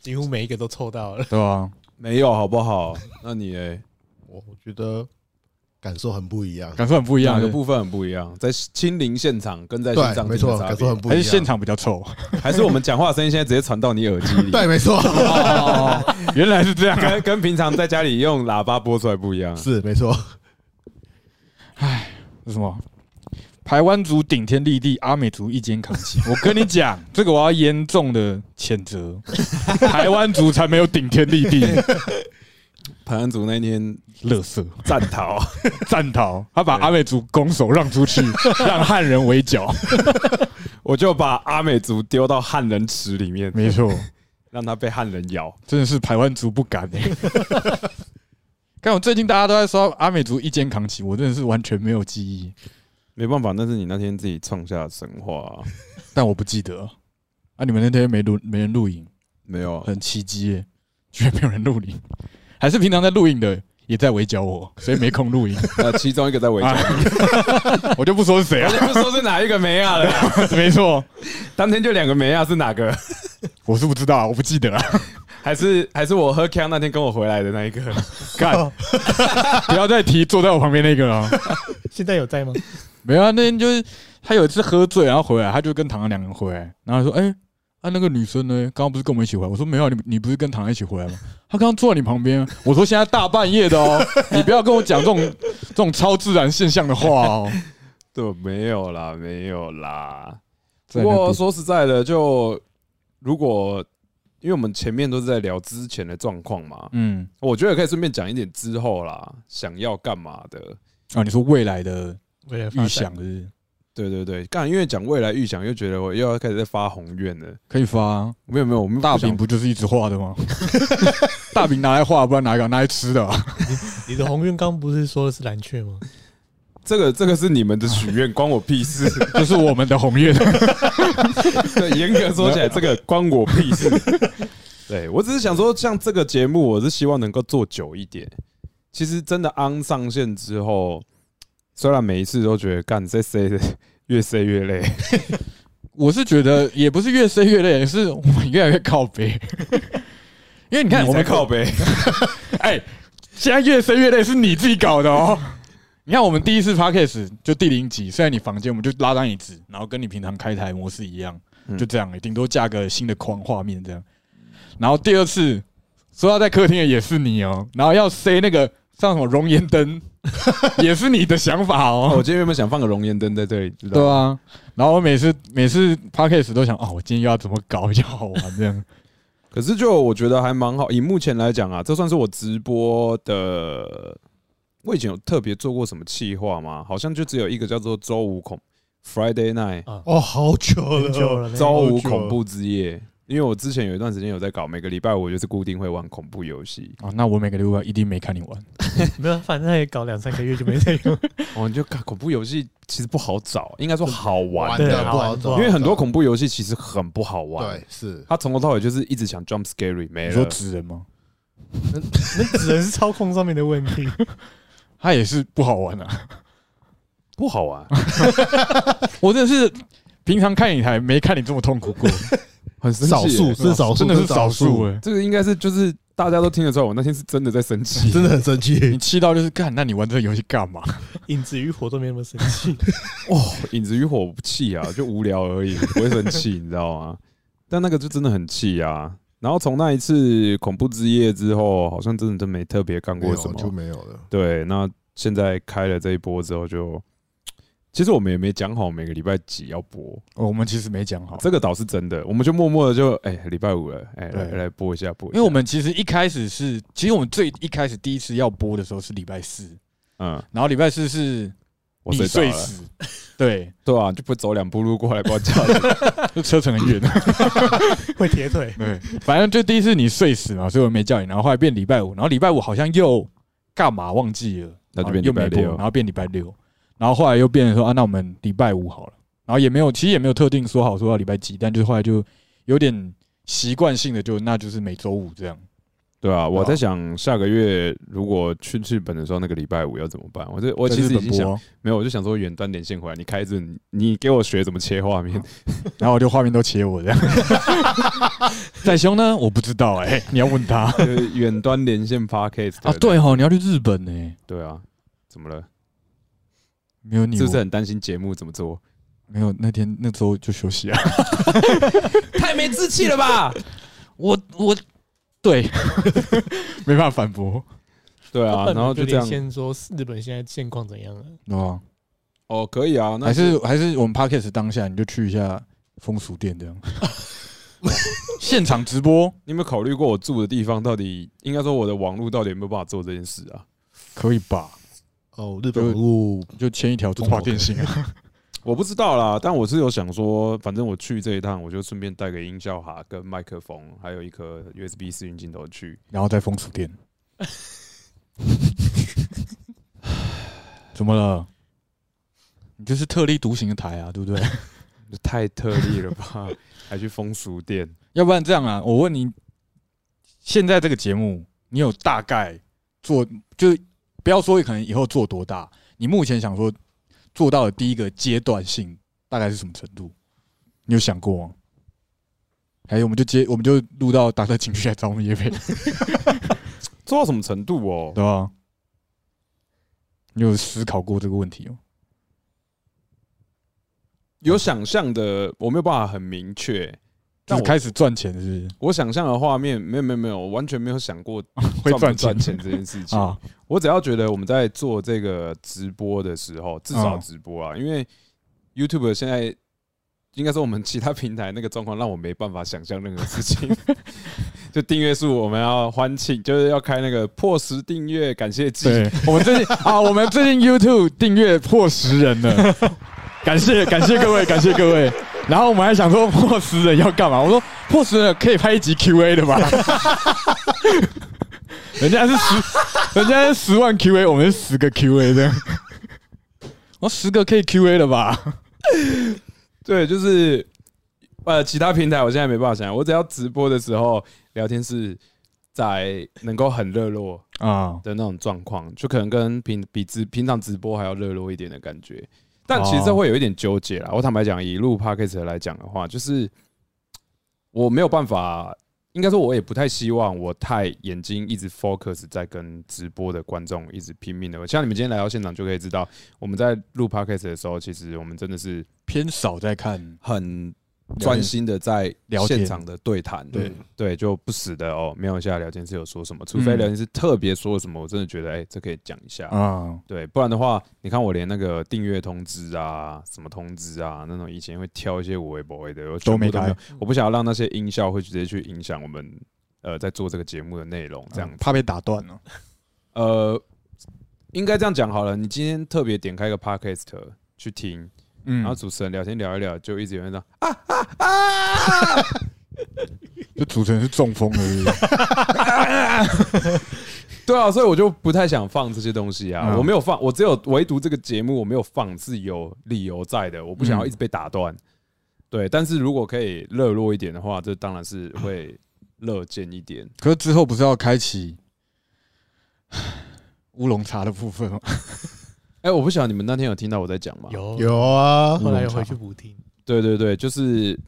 S3: 几乎每一个都凑到了。
S2: 对吧？
S1: 没有啊好不好？那你诶，
S4: 我觉得感受很不一样。
S2: 感受很不一
S1: 两
S2: 样，
S1: 个
S2: 对
S1: 部分很不一样，在亲临现场跟在现
S4: 对，
S1: 场
S4: 没错，
S1: 听的差
S4: 感
S1: 别
S4: 受很不一
S2: 还
S4: 样。
S2: 是现场比较臭。
S1: 还是我们讲话的声音现在直接传到你耳机里，
S4: 对，没错，
S2: 原来是这样，
S1: 跟跟平常在家里用喇叭播出来不一样。
S4: 是没错。
S2: 是什么？台湾族顶天立地，阿美族一肩扛起。 我跟你讲，这个我要严重的谴 责，台湾族才没有顶天立地，
S1: 台湾组那天
S2: 乐 色
S1: 战逃，
S2: 战逃，他把阿美族拱手让出去，让汉人围剿。
S1: 我就把阿美族丢到汉人池里面，
S2: 没错，
S1: 让他被汉人咬。
S2: 真的是台湾族不敢哎、 看我最近大家都在说阿美族一肩扛起，我真的是完全没有记忆，
S1: 没办法，那是你那天自己创下的神话、啊。
S2: 但我不记得。啊，你们那天没录，没人录影。
S1: 没有啊，
S2: 很奇迹耶，居然没有人录影，还是平常在录影的也在围剿我，所以没空录影。
S1: 那其中一个在 围剿，
S2: 我就不说是谁啊，
S1: 我就不说是哪一个梅亚了。
S2: 没错，
S1: 当天就两个梅亚是哪个？
S2: 我是不知道，我不记得啊 了。
S1: 还是还是我喝 K 那天跟我回来的那一 个？
S2: 干，不要再提坐在我旁边那个了。
S3: 现在有在吗？
S2: 没有啊，那天就是他有一次喝醉，然后回来，他就跟唐唐两个人回来，然后他说：“哎、啊那个女生呢？刚刚不是跟我们一起回来？”我说：“没有啊，你你不是跟唐唐一起回来吗？”她刚刚坐在你旁边。我说：“现在大半夜的哦，你不要跟我讲这种这种超自然现象的话哦。
S1: 对，没有啦，没有啦。”
S2: 在
S1: 不
S2: 那边
S1: 过说实在的，就如果因为我们前面都是在聊之前的状况嘛，
S2: 嗯，
S1: 我觉得可以顺便讲一点之后啦，想要干嘛的。
S2: 啊，你说未来的
S3: 未来
S2: 预想是不是
S1: 对对对，干，因为讲未来预想，又觉得我又要开始在发宏愿了。
S2: 可以发、啊、
S1: 没有没有，我们
S2: 大
S1: 饼
S2: 饼不就是一直画的吗？大饼拿来画，不然拿来干拿来吃的、啊。
S3: 你的鸿运刚不是说的是蓝雀吗？
S1: 这个这个是你们的许愿，关我屁 事。
S2: 这是我们的鸿运。
S1: 对，严格说起来，这个关我屁事。 对我只是想说，像这个节目，我是希望能够做久一点。其实真的安上线之后，虽然每一次都觉得干这塞 的越塞越累，
S2: 我是觉得也不是越塞越累，是我们越来越靠背。 因为你看，
S1: 你
S2: 我
S1: 才
S2: 们
S1: 靠背，
S2: 哎、现在越塞越累是你自己搞的哦。你看，我们第一次 podcast 就第零集，虽然你房间我们就拉张椅子，然后跟你平常开台模式一样，
S1: 嗯
S2: 就这样，顶多架个新的框画面这样。然后第二次说要在客厅的也是你哦，然后要塞那个像什么熔岩 灯，也是你的想法
S1: 哦我
S2: 哦。
S1: 今天原本想放个熔岩灯在这里，知道
S2: 对
S1: 吗？
S2: 啊，然后我每次每次 podcast 都想，哦，我今天又要怎么搞比较好玩这样。，
S1: 可是就我觉得还蛮好，以目前来讲啊，这算是我直播的。我以前有特别做过什么企划吗？好像就只有一个叫做周五恐 Friday Night，
S4: 哦，好久了，
S3: 啊很久了呢，
S1: 周五
S4: 久
S1: 恐怖之夜，因为我之前有一段时间有在搞，每个礼拜我就是固定会玩恐怖游戏
S2: 哦，那我每个礼拜一定没看你玩，
S3: 没有，反正也搞两三个月就没再用。
S1: 哦，你就看恐怖游戏其实不好找，应该说好玩
S4: 玩
S3: 对
S4: 的
S1: 的，
S4: 不好
S3: 好
S4: 找，
S1: 因为很多恐怖游戏其实很不好玩，
S4: 对是
S1: 他从头到尾就是一直想 jump scary 没
S2: 你说
S1: 了，
S2: 纸人吗？
S3: 那只能是操控上面的问 题。
S2: 他也是不好玩啊。
S1: 不好玩，
S2: 我真的是平常看你台没看你这么痛苦 过，
S1: 很生
S4: 少
S1: 气
S4: 数
S1: 耶
S4: 是少数，
S2: 真的是少数，哎。
S1: 这个应该是就是大家都听得出来，我那天是真的在生气，
S4: 真的很生
S2: 你
S4: 气。
S2: 气到就是干，那你玩这个游戏干嘛？
S3: 影子与火都没那么神奇，
S1: 影子与火不气啊，就无聊而已，不会生气，你知道吗？但那个就真的很气啊。然后从那一次恐怖之夜之后，好像真的就没特别干
S4: 没
S1: 过
S4: 有
S1: 什
S4: 就
S1: 么。
S4: 没有了，
S1: 对，那现在开了这一波之后就，其实我们也没讲好每个礼拜几要播，
S2: 哦 我们其实没讲好，
S1: 这个倒是真的，我们就默默的就哎礼、拜五了，哎、来
S2: 对
S1: 来播一下播一
S2: 因
S1: 下
S2: 为我们其实一开始是，其实我们最一开始第一次要播的时候是礼拜四，
S1: 嗯，
S2: 然后礼拜四是
S1: 我
S2: 你
S1: 睡着
S2: 睡
S1: 了，
S2: 死，对，
S1: 对啊，就不走两步路过来把我叫 醒。
S2: 就车程很远，
S3: 会铁 腿。
S2: 对，反正就第一次你睡死嘛，所以我没叫你，然后后来变礼拜五，然后礼拜五好像又干嘛忘记了，
S1: 那就
S2: 然后
S1: 变
S2: 又
S1: 礼拜
S2: 没播
S1: 六
S2: 然后变礼拜六，然后后来又变成说啊，那我们礼拜五好了，然后也没有，其实也没有特定说好说要礼拜几，但就后来就有点习惯性的就那就是每周五这样，
S1: 对啊，我在想下个月如果去日本的时候，那个礼拜五要怎么办？我这我
S2: 在
S1: 其
S2: 日
S1: 实已
S2: 本
S1: 经想
S2: 播，啊
S1: 没有，我就想说远端连线回来，你开一支，你你给我学怎么切画 面。
S2: 然后我就画面都切我这样。 宰兄呢？我不知道哎、你要问 他
S1: 就是远端连线 podcast
S2: 啊。
S1: 的
S2: 对哦，你要去日本呢、
S1: 对啊，怎么了？
S2: 没有你
S1: 是不是
S2: 我
S1: 很担心节目怎么做？
S2: 没有那天那周就休息啊。
S1: 太没志气了吧？
S2: 我我对， 没办法反驳，
S1: 对啊，
S3: 他本来
S1: 然后就
S3: 就
S1: 这样
S3: 连线说日本现在现况怎样啊？
S2: 对吧？
S1: 哦，可以啊，那
S2: 还是还是我们 podcast 当下你就去一下风俗店这样， 现场直播
S1: 你有没有考虑过我住的地方到底，应该说我的网络到底有没有办法做这件事啊？
S2: 可以吧？
S4: 哦，日本路
S2: 就签一条中华电信啊，
S1: 我不知道啦，但我是有想说，反正我去这一趟，我就顺便带个音效卡、跟麦克风，还有一颗 USB 视讯镜头去。
S2: 然后再风俗店。 怎么了？你就是特立独行的台啊，对不对？
S1: 太特例了吧？ 还去风俗店？
S2: 要不然这样啊，我问你，现在这个节目，你有大概做，就不要说可能以后做多大，你目前想说做到的第一个阶段性大概是什么程度？你有想过吗？还有，我们就接，我们就录到达特情绪来找我们 叶飞，对
S1: 做到什么程度哦？
S2: 吧？你有思考过这个问题吗？
S1: 有想象的，我没有办法很明确。
S2: 就
S1: 但
S2: 是
S1: 我
S2: 开始赚钱，是不是？
S1: 我想象的画面，没有没有没有，我完全没有想过赚
S2: 会
S1: 不
S2: 赚
S1: 赚
S2: 钱
S1: 钱这件事 情。
S2: 啊？
S1: 我只要觉得我们在做这个直播的时候，至少
S2: 嗯
S1: 直播啊，因为 YouTube 现在应该说我们其他平台那个状况，让我没办法想象任何事情。 就订阅数，我们要欢庆，就是要开那个破十订阅感谢季。
S2: 对，我们 最近啊，我们最近 YouTube 订阅破十人了， 感谢感谢各位，感谢各位。然后我们还想说破十人要干嘛？我说破十人可以拍一集 Q&A 的吧？ 人家是十，人家是十万 Q&A，我们是十个 Q&A 这样。我十个可以 Q&A 了吧？
S1: 对，就是呃，其他平台我现在没办法想，我只要直播的时候聊天是在能够很热络
S2: 啊，
S1: 的那种状况，就可能跟平比直平常直播还要热络一点的感觉。但其实这
S2: 哦
S1: 会有一点纠结啦。我坦白讲，以录 podcast 来讲的话，就是我没有办法，应该说我也不太希望我太眼睛一直 focus 在跟直播的观众一直拼命的。像你们今天来到现场就可以知道，我们在录 podcast 的时候，其实我们真的是
S2: 偏少在看，
S1: 很
S2: 天
S1: 专心的在
S2: 聊天
S1: 现场的对谈，
S4: 对
S1: 对，就不时的哦，瞄一下聊天室有说什么，除非
S2: 嗯
S1: 聊天室特别说了什么，我真的觉得哎、这可以讲一下，
S2: 啊，
S1: 对，不然的话，你看我连那个订阅通知啊、什么通知啊那种，以前会挑一些无微不微的，我全
S2: 都
S1: 部
S2: 没
S1: 都没
S2: 开
S1: 有，，我不想要让那些音效会直接去影响我们呃在做这个节目的内容，这样
S2: 嗯
S1: 子，
S2: 怕被打断了。
S1: 呃，应该这样讲好了，你今天特别点开一个 podcast 去听，
S2: 嗯
S1: 然后主持人聊天聊一聊，就一直有人啊说。啊
S2: 就主持人是中风了是不是，
S1: 对啊，所以我就不太想放这些东西啊。
S2: 嗯
S1: 我没有放，我只有唯独这个节目我没有放是有理由在的，我不想要一直被打断。对，但是如果可以热络一点的话，这当然是会乐见一点。
S2: 可是之后不是要开启 乌龙茶的部分吗？
S1: 哎、我不晓得你们那天有听到我在讲吗？，
S3: 有，
S4: 有啊，
S3: 后来又回去补听，
S1: 对对对，就是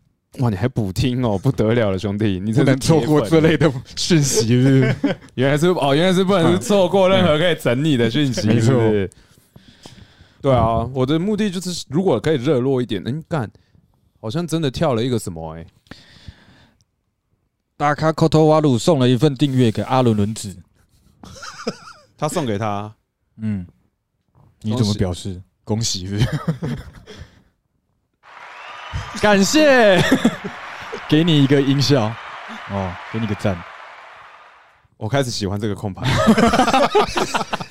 S1: 哇，你还补听哦，不得了了，兄弟，你
S2: 不
S1: 真的
S2: 能错过这
S1: 之类。
S2: 类的讯息是不是，
S1: 原来是哦，原来是不能错过任何可以整理的讯息，
S2: 嗯没错
S1: 是不是。对啊，我的目的就是，如果可以热络一点，嗯，干，好像真的跳了一个什么哎、
S2: 大咖 Koto 瓦鲁送了一份订阅给阿伦伦子，
S1: 他送给他，
S2: 嗯，你怎么表示？恭喜是不是？感谢， 给你一个音效，哦，给你个赞，
S1: 我开始喜欢这个空白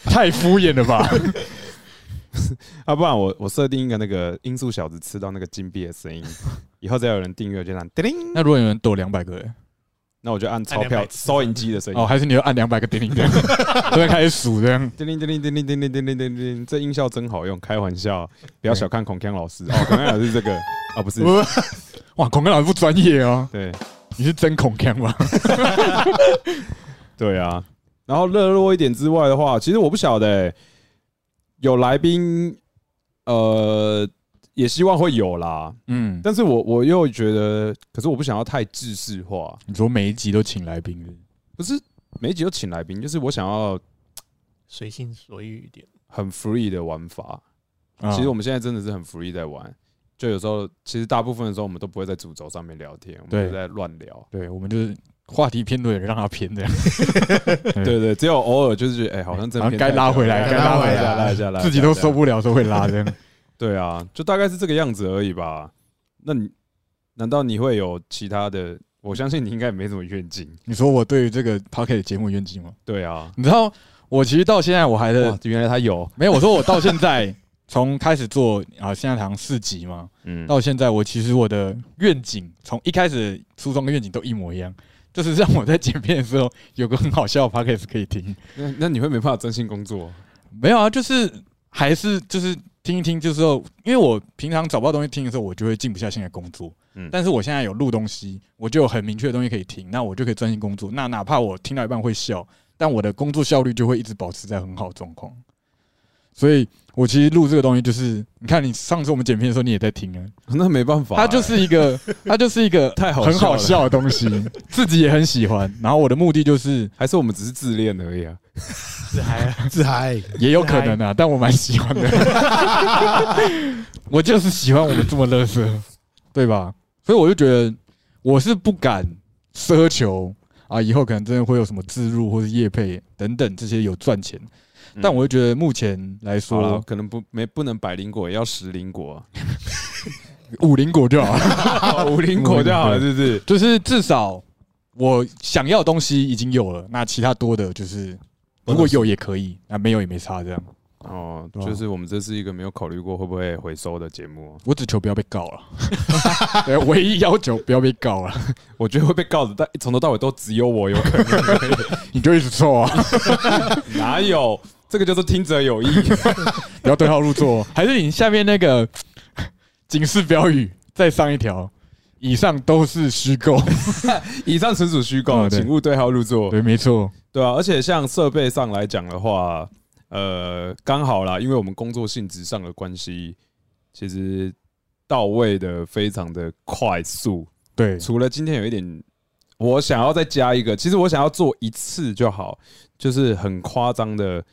S2: 太敷衍了吧？
S1: 啊，不然我我设定一个那个音速小子吃到那个金币的声 音，以后再有人订阅就这样叮铃，
S2: 那如果有人抖两百个人，
S1: 那我就按钞
S3: 按两
S1: 票
S3: 百次
S1: 收银机的声音
S2: 哎哦，，还是你要按两百个叮 铃这样，这边开始数这样，
S1: 叮铃叮铃叮铃叮铃叮铃叮铃，这音效真好用，开玩笑，不要小看孔锵老师哦，孔锵老师这个啊不 是，
S2: 哇，孔哥老师不专业哦。
S1: 对。
S2: 你是真孔锵吗？
S1: 对啊，然后热络一点之外的话，其实我不晓得、欸、有来宾，呃，也希望会有啦。
S2: 嗯，
S1: 但是我我又觉得，可是我不想要太制式化，
S2: 你说每一集都请来宾是
S1: 不
S2: 不是
S1: 是每一集都请来宾，就是我想要
S3: 随心所欲一点。
S1: 很 free 的玩法。
S2: 啊
S1: 其实我们现在真的是很 free 在玩，就有时候其实大部分的时候我们都不会在主轴上面聊天，我们
S2: 对
S1: 就在乱聊。
S2: 对我们就是话题偏对了，让他偏这样，对
S1: 对对，只有偶尔就是觉得哎，好像这
S2: 好像
S1: 边
S2: 该拉回来
S1: 该
S2: 该
S1: 拉
S2: 拉
S1: 回
S2: 回
S1: 来，
S2: 来
S1: 拉一下，拉一下
S2: 自己都受。不了，都会拉这样。
S1: 对啊，就大概是这个样子而已吧。那你难道你会有其他的？我相信你应该也没什么愿景。
S2: 你说我对于这个 p o c k e t 节目愿景吗？
S1: 对啊，
S2: 你知道，我其实到现在我还
S1: 哇
S2: 在，
S1: 原来他有，
S2: 没有，我说我到现在从开始做啊，现在好像四集嘛，
S1: 嗯，
S2: 到现在我其实我的愿景从一开始初衷跟愿景都一模一样，就是让我在剪片的时候有个很好笑的 p o c k e t 可以听。
S1: 那那你会没办法专心工作，
S2: 没有啊，就是还是就是听一听，就是说，因为我平常找不到东西听的时候，我就会静不下心来工作。
S1: 嗯
S2: 但是我现在有录东西，我就有很明确的东西可以听，那我就可以专心工作。那哪怕我听到一半会笑，但我的工作效率就会一直保持在很好的状况。所以我其实录这个东西，就是你看，你上次我们剪片的时候，你也在听啊，
S1: 那没办法欸。
S2: 它就是 一个，它就是一个
S1: 太好笑了
S2: 很好笑的东西，自己也很喜欢。然后我的目的就是，
S1: 还是我们只是自恋而已啊。
S3: 是还
S4: 自嗨，
S2: 也有可能啊，但我蛮喜 欢的。我就是喜欢我们这么乐色，对吧？所以我就觉得我是不敢奢求啊，以后可能真的会有什么自入或是业配等等这些有赚钱，
S1: 嗯
S2: 但我就觉得目前来
S1: 好了，
S2: 说，
S1: 可能不没不能百灵果，也要十灵果啊。
S2: 五菱果就好 了，
S1: 五零果就好了，是不是？
S2: 就是至少我想要的东西已经有了，那其他多的就是如果有也可以，那没有也没差，这样
S1: 哦，
S2: 对啊
S1: 就是我们这是一个没有考虑过会不会回收的节目哦，
S2: 我只求不要被告了， 对，唯一要求不要被告了。
S1: 我觉得会被告的，但从头到尾都只有我有可
S2: 你就一直错啊，
S1: 能，哪有？这个就是听者 有意，
S2: 不要对号入 座哦。还是你下面那个 警示标语再上一条，以上都是虚构。
S1: 以上纯属虚构，
S2: 嗯对
S1: 请勿 哦对号入座。
S2: 对，没错，
S1: 对啊，而且像设备上来讲的话，呃，刚好啦，因为我们工作性质上的关系，其实到位的非常的快速。
S2: 对，
S1: 除了今天有一点，我想要再加一个，其实我想要做一次就好，就是很夸张的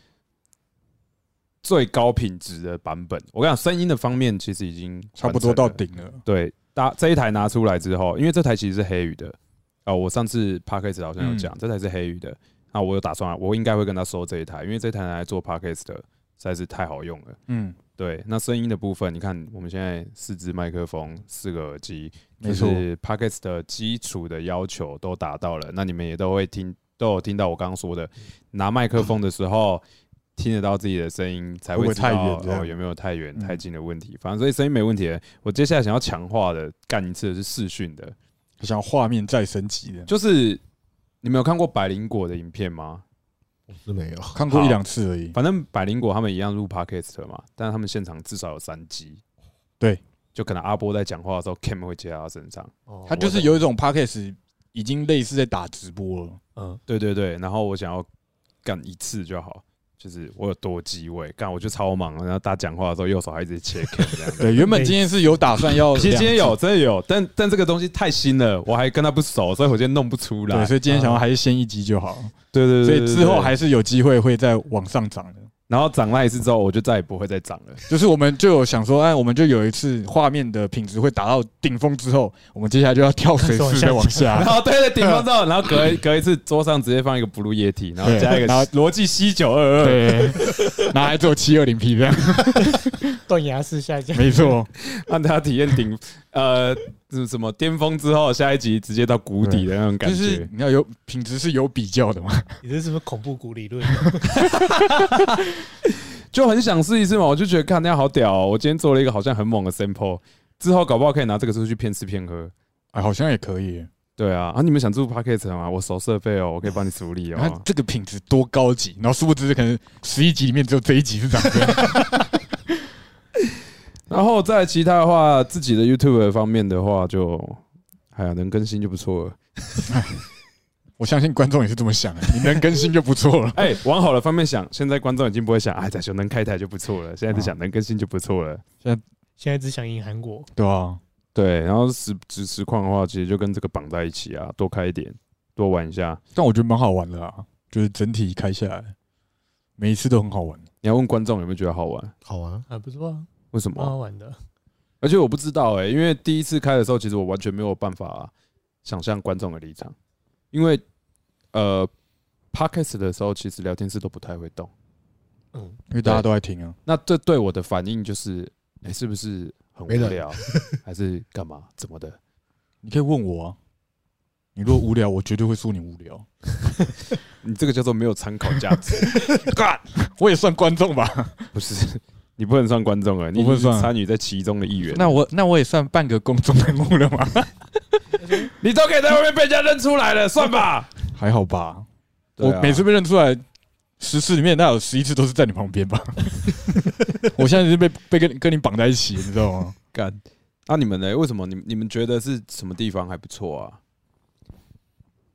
S1: 最高品质的版本。我跟你讲，声音的方面其实已经
S2: 差不多到
S1: 完成了。
S2: 顶了。
S1: 对，大这一台拿出来之后，因为这台其实是黑鱼的啊、我上次 p a c k a g e 好像有讲，这台是黑鱼的。那我有打算，我应该会跟他收这一台，因为这台拿来做 p a c k a g e 的实在是太好用了。
S2: 嗯，
S1: 对，那声音的部分，你看我们现在四支麦克风、四个耳机，就
S2: 没错
S1: 是 p o c k e t 的基础的要求都达到了。那你们也都会听，都有听到我刚刚说的，拿麦克风的时候听得到自己的声音，才
S2: 会不
S1: 会
S2: 会
S1: 知
S2: 太
S1: 道
S2: 远这样
S1: 哦有没有太远、
S2: 嗯
S1: 太近的问题。反正所以声音没问题了。我接下来想要强化的干一次的是视讯的，
S2: 我想要画面再升级的，
S1: 就是你们有看过百灵果的影片吗？
S4: 我是没有，
S2: 看过
S1: 好
S2: 一两次而已。
S1: 反正百灵果他们一样录 podcast 嘛，但是他们现场至少有三机。
S2: 对，
S1: 就可能阿波在讲话的时候，Cam 会接到他身上。
S3: 哦
S2: 它就是有一种 podcast 已经类似在打直播了。
S3: 嗯，
S1: 对对对，然后我想要干一次就好，就是我有多机位，干我就超忙，然后打讲话的时候右手还一直切 Cam 这样子。
S2: 对，原本今天是有打算要两次，
S1: 哦其实今天有真的有，但但这个东西太新了，我还跟他不熟，所以我今天弄不出来
S2: 对，。所以今天想要还是先一集就好，
S1: 对啊对对
S2: 所以
S1: 对
S2: 之后
S1: 对
S2: 还是有机会会再往上涨的。
S1: 然后长那一次之后，我就再也不会再长了。
S2: 就是我们就有想说，哎，我们就有一次画面的品质会达到顶峰之后，我们接下来就要跳水式再 往
S1: 然
S2: 下。
S1: 后对对，顶峰之后，然后隔一隔一次桌上直接放一个 blue 液体，然后加一个
S2: 对然后
S1: 逻辑 C 九二二，
S2: 对，拿来做七二零 P 这样，
S3: 断崖式下降，
S2: 没错，
S1: 让大家体验顶呃是什么巅峰之后，下一集直接到谷底的那种感
S2: 就
S1: 觉
S2: 是。你要有品质是有比较的嘛。
S3: 你这是不是恐怖谷理论？
S1: 就很想试一次嘛，我就觉得看那样好屌、哦，我今天做了一个好像很猛的 sample，之后搞不好可以拿这个出去骗吃骗喝。
S2: 哎，好像也可以。
S1: 对啊，啊你们想住 p a c k a g e 吗？我熟设备哦，我可以帮你处理
S2: 看
S1: 哦。
S2: 这个品质多高级，然后殊不知可能十一集里面只有这一集是长这样。
S1: 然后在其他的话，自己的 YouTube 方面的话就，哎呀能更新就不错了。。
S2: 我相信观众也是这么想的，你能更新就不错了
S1: 哎，往好的方面想，现在观众已经不会想，哎，再说能开台就不错了，现在只想能更新就不错了。
S3: 现在只想赢韩国，
S2: 对啊，
S1: 对，然后实实实况的话，其实就跟这个绑在一起啊，多开一点，多玩一下。
S2: 但我觉得蛮好玩的啊，就是整体开下来，每一次都很好玩。
S1: 你要问观众有没有觉得好玩？
S4: 好玩，
S3: 还不错啊，
S1: 为什
S3: 蛮
S1: 么？
S3: 好玩的。
S1: 而且我不知道哎、因为第一次开的时候，其实我完全没有办法想象观众的立场，因为呃 p o d c a s t 的时候，其实聊天室都不太会动。
S3: 嗯，
S2: 因为大家都在听啊，
S1: 那这对我的反应就是，哎、是不是很无
S4: 没人
S1: 聊， 还是干嘛？怎么的？
S2: 你可以问我啊。你如果无聊，我绝对会说你无聊。
S1: 你这个叫做没有参考价值，
S2: 干，我也算观众吧？
S1: 不是？你不能算观众啊，你
S2: 我不能算啊
S1: 是参与在其中的一员。
S2: 那我那我也算半个公众人物了吗？
S1: 你都可以在外面被人家认出来了，算 吧。
S2: 还好吧，
S1: 对
S2: 我
S1: 啊
S2: 每次被认出来，十次里面那有十一次都是在你旁边 吧。我现在是被被跟跟你绑在一起，你知道吗？
S1: 干。那、啊你们呢？为什么你们你们觉得是什么地方还不错啊？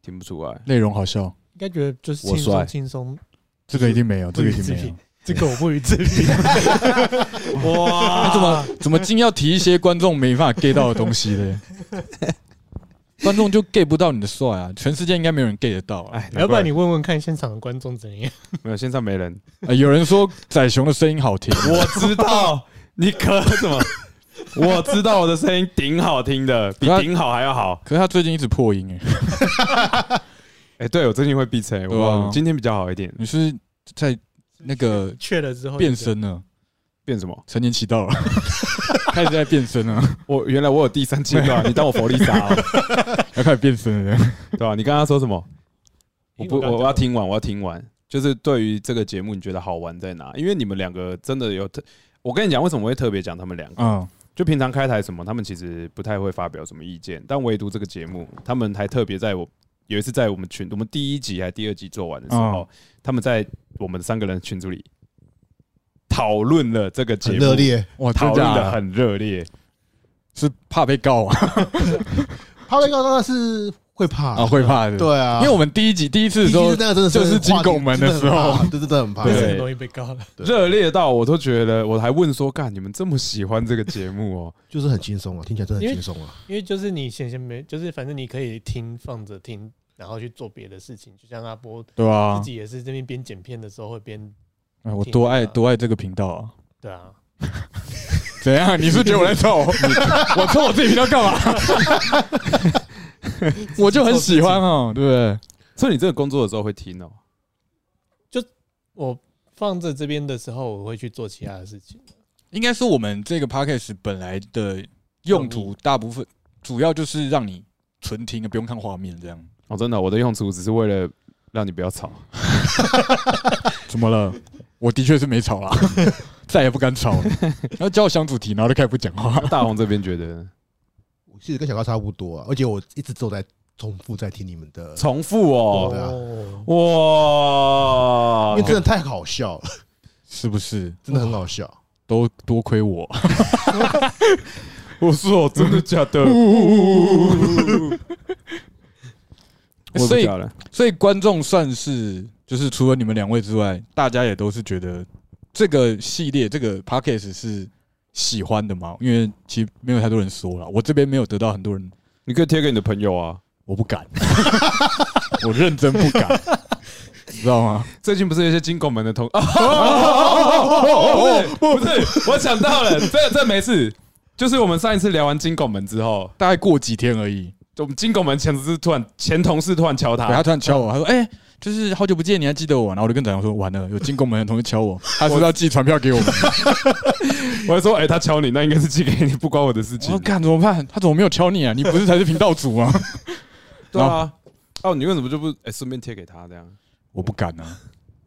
S1: 听不出来。
S2: 内容好笑，
S3: 应该觉得就是
S1: 我
S3: 轻
S1: 帅
S3: 松轻松，
S2: 这个一定没有，
S3: 不
S2: 这个
S3: 予
S2: 一定
S3: 置
S2: 没有
S3: 评。，这个我不予置 评。
S1: 哇，
S2: 怎么怎么竟要提一些观众没办法 get 到的东西 嘞？观众就 get 不到你的帅啊！全世界应该没有人 get 得到啊！
S1: 哎，
S3: 要不然
S1: 你
S3: 你问问看现场的观众怎样？
S1: 没有线上没人，
S2: 呃有人说仔熊的声音好听，
S1: 我知道 你咳什么，我知道我的声音顶好听 的，比
S2: 可是
S1: 顶好还要好。
S2: 可是他最近一直破音哎、
S1: 哎、对我最近会闭嘴，
S2: 对啊
S1: 我今天比较好一点。
S2: 你是不是在那 个
S3: 去了之后
S2: 变，身呢？
S1: 变什么？
S2: 成年期 到了，开始在变身了，
S1: 我原来我有第三阶段，你当我佛利萨、 哦，
S2: 要开始变身了。
S1: 对啊吧、你刚刚说什么？我不，
S3: 因为
S1: 我
S3: 刚
S1: 我要听完，我要听完。就是对于这个节目，你觉得好玩在哪？因为你们两个真的有特，我跟你讲，为什么我会特别讲他们两个？
S2: 嗯，
S1: 就平常开台什么，他们其实不太会发表什么意见，但唯独这个节目，他们还特别在我有一次在我们群，我们第一集还第二集做完的时候，
S4: 哦
S2: 嗯
S1: 他们在我们三个人群组里讨论了这个节
S4: 很
S1: 目，
S4: 热，烈。
S2: 哇，
S1: 讨
S2: 真
S1: 论
S2: 假
S1: 的
S2: 的
S1: 很热烈。
S2: 是怕被告啊？
S4: 他会告诉他是会怕
S2: 啊，，会怕的。，
S4: 对啊，
S2: 因为我们第一集第一次
S4: 第
S2: 的
S4: 一
S2: 时候
S4: 次那，个真的
S2: 就是进
S4: 话题
S2: 拱门的时候
S4: 真的很怕
S3: 对
S4: 真
S3: 这
S4: 的
S3: 个
S4: 很
S1: 对
S3: 东西被告了，
S4: 对
S1: 热烈到我都觉得，我还问说，干你们这么喜欢这个节目哦、
S4: 怕，就是很轻松啊，听起来真的
S3: 因
S4: 很
S3: 为
S4: 轻松啊。
S3: 因为就是你闲闲没，就是反正你可以听放着听，然后去做别的事情，就像阿波
S2: 对啊
S3: 自，己也是这边边剪片的时候会边
S2: 哎我多爱多爱这个频道啊！
S3: 对啊，
S2: 怎样？你是觉得我在 臭？我臭我自己频道干嘛？ 我就很喜欢哦，对不对？
S1: 所以你这个工作的时候会听哦、
S3: 我放在这边的时候，我会去做其他的事情。
S2: 应该说我们这个 podcast 本来的用途，大部分主要就是让你纯听，不用看画面这样。
S1: 哦，真的，我的用途只是为了让你不要吵。
S2: 怎么了？我的确是没吵啦，再也不敢吵了。然后叫我想主题，然后就开始不讲话。
S1: 大红这边觉得
S4: 我其实跟小高差不多啊，而且我一直都在重复在听你们的，
S1: 重复哦、
S4: 对啊
S3: 哦，
S4: 因
S1: 哇
S4: 为，真的太好笑了，
S2: 是不是？
S4: 真的很好笑。
S2: 都多亏我，
S1: 我说真的假的？ 我
S2: 所
S1: 不
S2: 以
S1: 讲了，
S2: 所以观众算是就是除了你们两位之外，大家也都是觉得这个系列这个 p a c k a g e 是喜欢的嘛？因为其实没有太多人说了，我这边没有得到很多人，
S1: 你可以贴给你的朋友啊。
S2: 我不敢，我认真不敢，知道吗？
S1: 最近不是有一些金拱门的 同啊，哦不是，不是，我想到了，这这没事。就是我们上一次聊完金拱门之后，
S2: 大概过几天而已，
S1: 就我们金拱门前同事突然前同事突然敲
S2: 对他
S1: 他，
S2: 突然敲我，他说：“哎、就是好久不见，你还记得我？”然后我就跟展阳说：“完了，有进宫门的同事敲 我，他是不是要寄传票给我们。
S1: 我还说，哎，他敲你，那应该是寄给你，不关我的事”
S2: 我
S1: 情
S2: 说：“。干怎么办？他怎么没有敲你啊？你不是才是频道啊主吗
S1: 对啊，哦，你为什么就不哎顺便贴给他这样？？”
S2: 我不敢啊，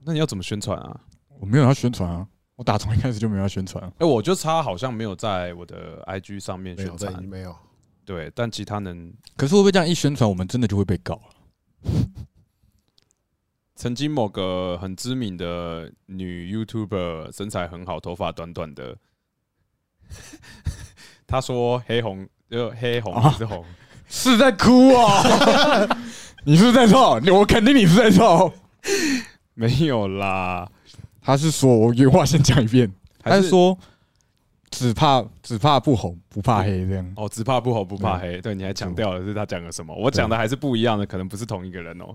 S1: 那你要怎么宣传啊？
S2: 我没有要宣传啊，我打从一开始就没有要宣传、啊。
S1: 哎，我就差好像没有在我的 IG 上面
S4: 没有，
S1: 宣
S4: 对，
S1: 传，
S4: 没有，
S1: 对，但其他能
S2: 可是会不会这样一宣传，我们真的就会被告啊了？
S1: 曾经某个很知名的女 YouTuber，身材很好，头发短短的，她说黑红就黑红
S2: 啊
S1: 哦不是红，
S2: 是在哭啊、 你是不是在臭？我肯定你是在臭。
S1: 没有啦，
S2: 他是说，我原话先讲一遍，
S1: 还
S2: 他
S1: 是
S2: 是说只怕只怕不红不怕黑这样。
S1: 哦，只怕不红不怕黑。对，你还强调的是他讲了什么，我讲的还是不一样的，可能不是同一个人哦。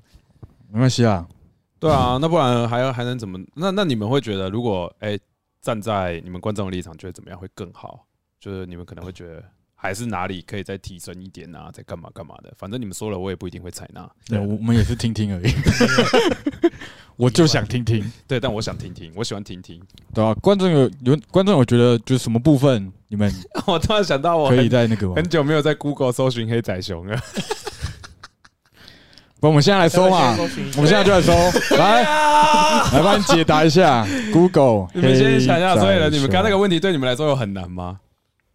S2: 没关系啊，
S1: 对啊，那不然还要还能怎么？那那你们会觉得，如果哎、站在你们观众的立场，觉得怎么样会更好？就是你们可能会觉得还是哪里可以再提升一点啊，再干嘛干嘛的。反正你们说了，我也不一定会采纳。
S2: 对，我我们也是听听而已。我就想听听，
S1: 对，但我想听听，我喜欢听听。
S2: 对吧、观众有有观众有觉得就是什么部分你们
S1: 我突然想到，我
S2: 可以
S1: 很
S2: 在那个吗？
S1: 很久没有在 Google 搜寻黑仔熊了。
S2: 不，我们现在来搜嘛，我们现在就来搜，来来帮你解答一下 Google。
S1: 你们先想一下，所以呢，
S2: 了，
S1: 你们刚刚那个问题对你们来说有很难吗？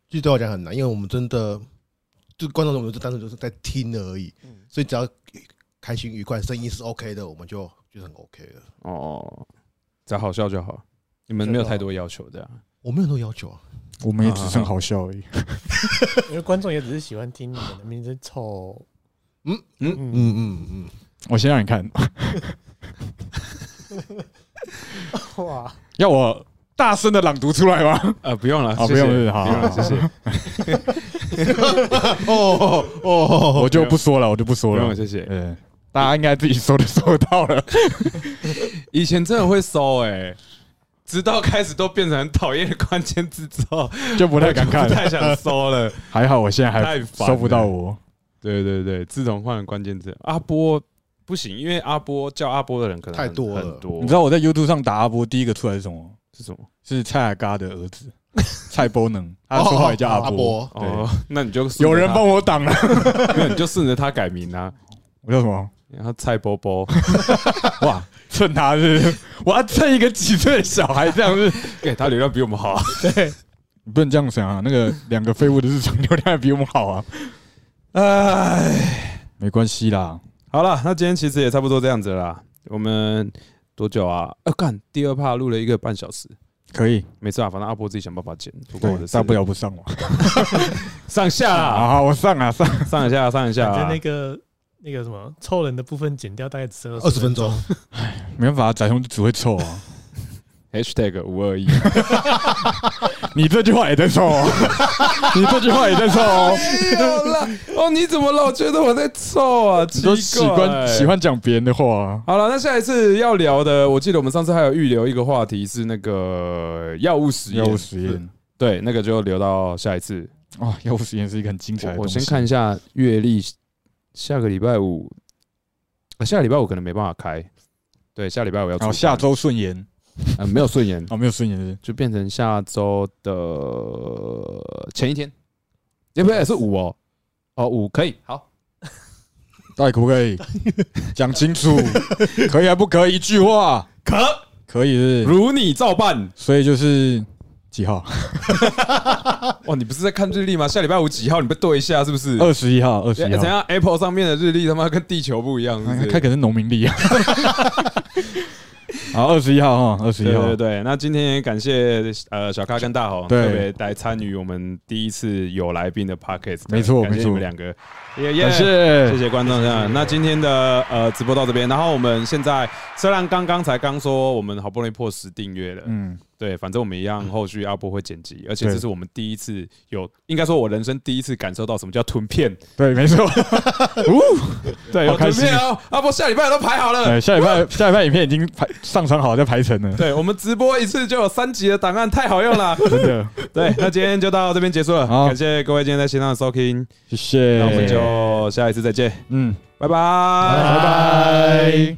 S4: 就对我讲很难，因为我们真的就观众，我们就单纯就是在听而已，所以只要开心愉快，声音是 OK 的，我们就就是很 OK 的。
S1: 哦，只要好笑就好，你们没
S2: 哦
S1: 有太多要求啊这样。
S4: 我没有那么要求啊，
S2: 我们也只剩好笑而已。
S3: 因为观众也只是喜欢听你们的名字臭。
S4: 嗯
S1: 嗯
S3: 嗯，
S4: 嗯嗯嗯，
S2: 我先让你看，
S3: 哇，
S2: 要我大声的朗读出来吗？
S1: 呃，不用了，
S2: 好
S1: 谢谢
S2: 啊不用了好
S1: 不用了，谢
S2: 好
S1: 谢，
S4: 哦哦，
S2: 我就不说了，我就不说
S1: 不用
S2: 了
S1: 了，。谢谢。
S2: 嗯，大家应该自己搜就搜到了。
S1: 以前真的会搜哎、直到开始都变成很讨厌的关键字之后，
S2: 就不 太敢看
S1: 不。太想搜了。
S2: 还好我现在还
S1: 太烦了
S2: 搜不到我。
S1: 对对对，自从换了关键字，阿波不行，因为阿波叫阿波的人可能很
S4: 太多了
S1: 很多。
S2: 你知道我在 YouTube 上打阿波，第一个出来是什么？
S1: 是什么？
S2: 是蔡雅嘎的儿子 蔡波能，他
S4: 哦
S2: 绰号也叫阿波。
S4: 波，
S1: 哦，那你就顺着
S2: 有人
S1: 他
S2: 帮，我挡啊了，
S1: 没有你就顺着他改名啊，
S2: 我叫什么？
S1: 然后蔡波波，
S2: 哇，蹭他是 不是我要蹭一个几岁的小孩这样子，
S1: 给他流量比我们好啊。
S2: 你不能这样想啊！那个两个废物的日常流量还比我们好啊，
S1: 哎，
S2: 没关系啦。
S1: 好了，那今天其实也差不多这样子了啦。我们多久啊？呃、干第二趴录了一个半小时，
S2: 可以，
S1: 没事啊，反正阿波自己想办法剪，不过我
S2: 对，
S1: 的
S2: 大不
S1: 了
S2: 了不上网
S1: 上下
S2: 啊！
S1: 啦，
S2: 好我上啊上，
S1: 上一下，上一下
S3: 反
S1: 啊。
S3: 正那个那个什么臭人的部分剪掉，大概只剩
S4: 二十分钟，
S2: 没办法，仔雄只会臭啊！
S1: #hashtag 五二一，
S2: 你这句话也在臭哦， 你这句话也在臭哦。
S1: 有啦！ 哦，你怎么老觉得我在臭啊？
S2: 你
S1: 奇
S2: 都喜
S1: 怪，
S2: 欢喜。欢讲别人的话、啊，
S1: 好了，那下一次要聊的，我记得我们上次还有预留一个话题是那个药物实
S2: 药物
S1: 验，
S2: 实验
S1: 对，那个就留到下一次。
S2: 啊，药物实验是一个很精彩的
S1: 我
S2: 东
S1: 我
S2: 西。
S1: 先看一下月历，下个礼拜五，啊下礼拜五可能没办法开。对，下礼拜五要出
S2: 然
S1: 刊。
S2: 后哦下周顺延
S1: 呃没有顺延，
S2: 哦，没有顺延是
S1: 就变成下周的前一天，也不是是五哦，哦五可以好，
S2: 到底可不可 以讲清楚？可以还不可以？一句话
S1: 可
S2: 可以是不是，
S1: 如你照办。
S2: 所以就是几号？
S1: 哦，你不是在看日历吗？下礼拜五几号？你不对一下是不是？哎
S2: 二十一号，二十
S1: 怎
S2: 一号。
S1: 样？Apple 上面的日历他妈跟地球不一样，是不
S2: 看
S1: 是
S2: 看可是农 民历啊。好，二十一号哈，二十一
S1: 对
S2: 号
S1: 对。对，那今天也感谢呃小咖跟大红
S2: 对
S1: 特别来参与我们第一次有来宾的 podcast，
S2: 没错
S1: 感谢
S2: 没错
S1: 你们两个，耶耶
S2: 感谢
S1: 谢谢观众这样。那今天的呃直播到这边，然后我们现在虽然刚刚才刚说我们好不容易破十订阅了，
S2: 嗯，
S1: 对，反正我们一样后续阿波会剪辑，而且
S2: 对
S1: 这是我们第一次有，应该说我人生第一次感受到什么叫囤 片，
S2: 对，没 错。
S1: 对，
S2: 好
S1: 有囤
S2: 开心
S1: 片哦，阿波下礼拜都排好了。
S2: 对，下礼拜下礼拜影片已经排上传好，在排成了，
S1: 对我们直播一次就有三集的档案，太好用 了。
S2: 真的。
S1: 对，那今天就到这边结束了，
S2: 好
S1: 感谢各位今天在线上的收听，
S2: 谢谢。
S1: 那我们就下一次再见，
S2: 嗯，
S1: 拜拜。
S2: 拜拜。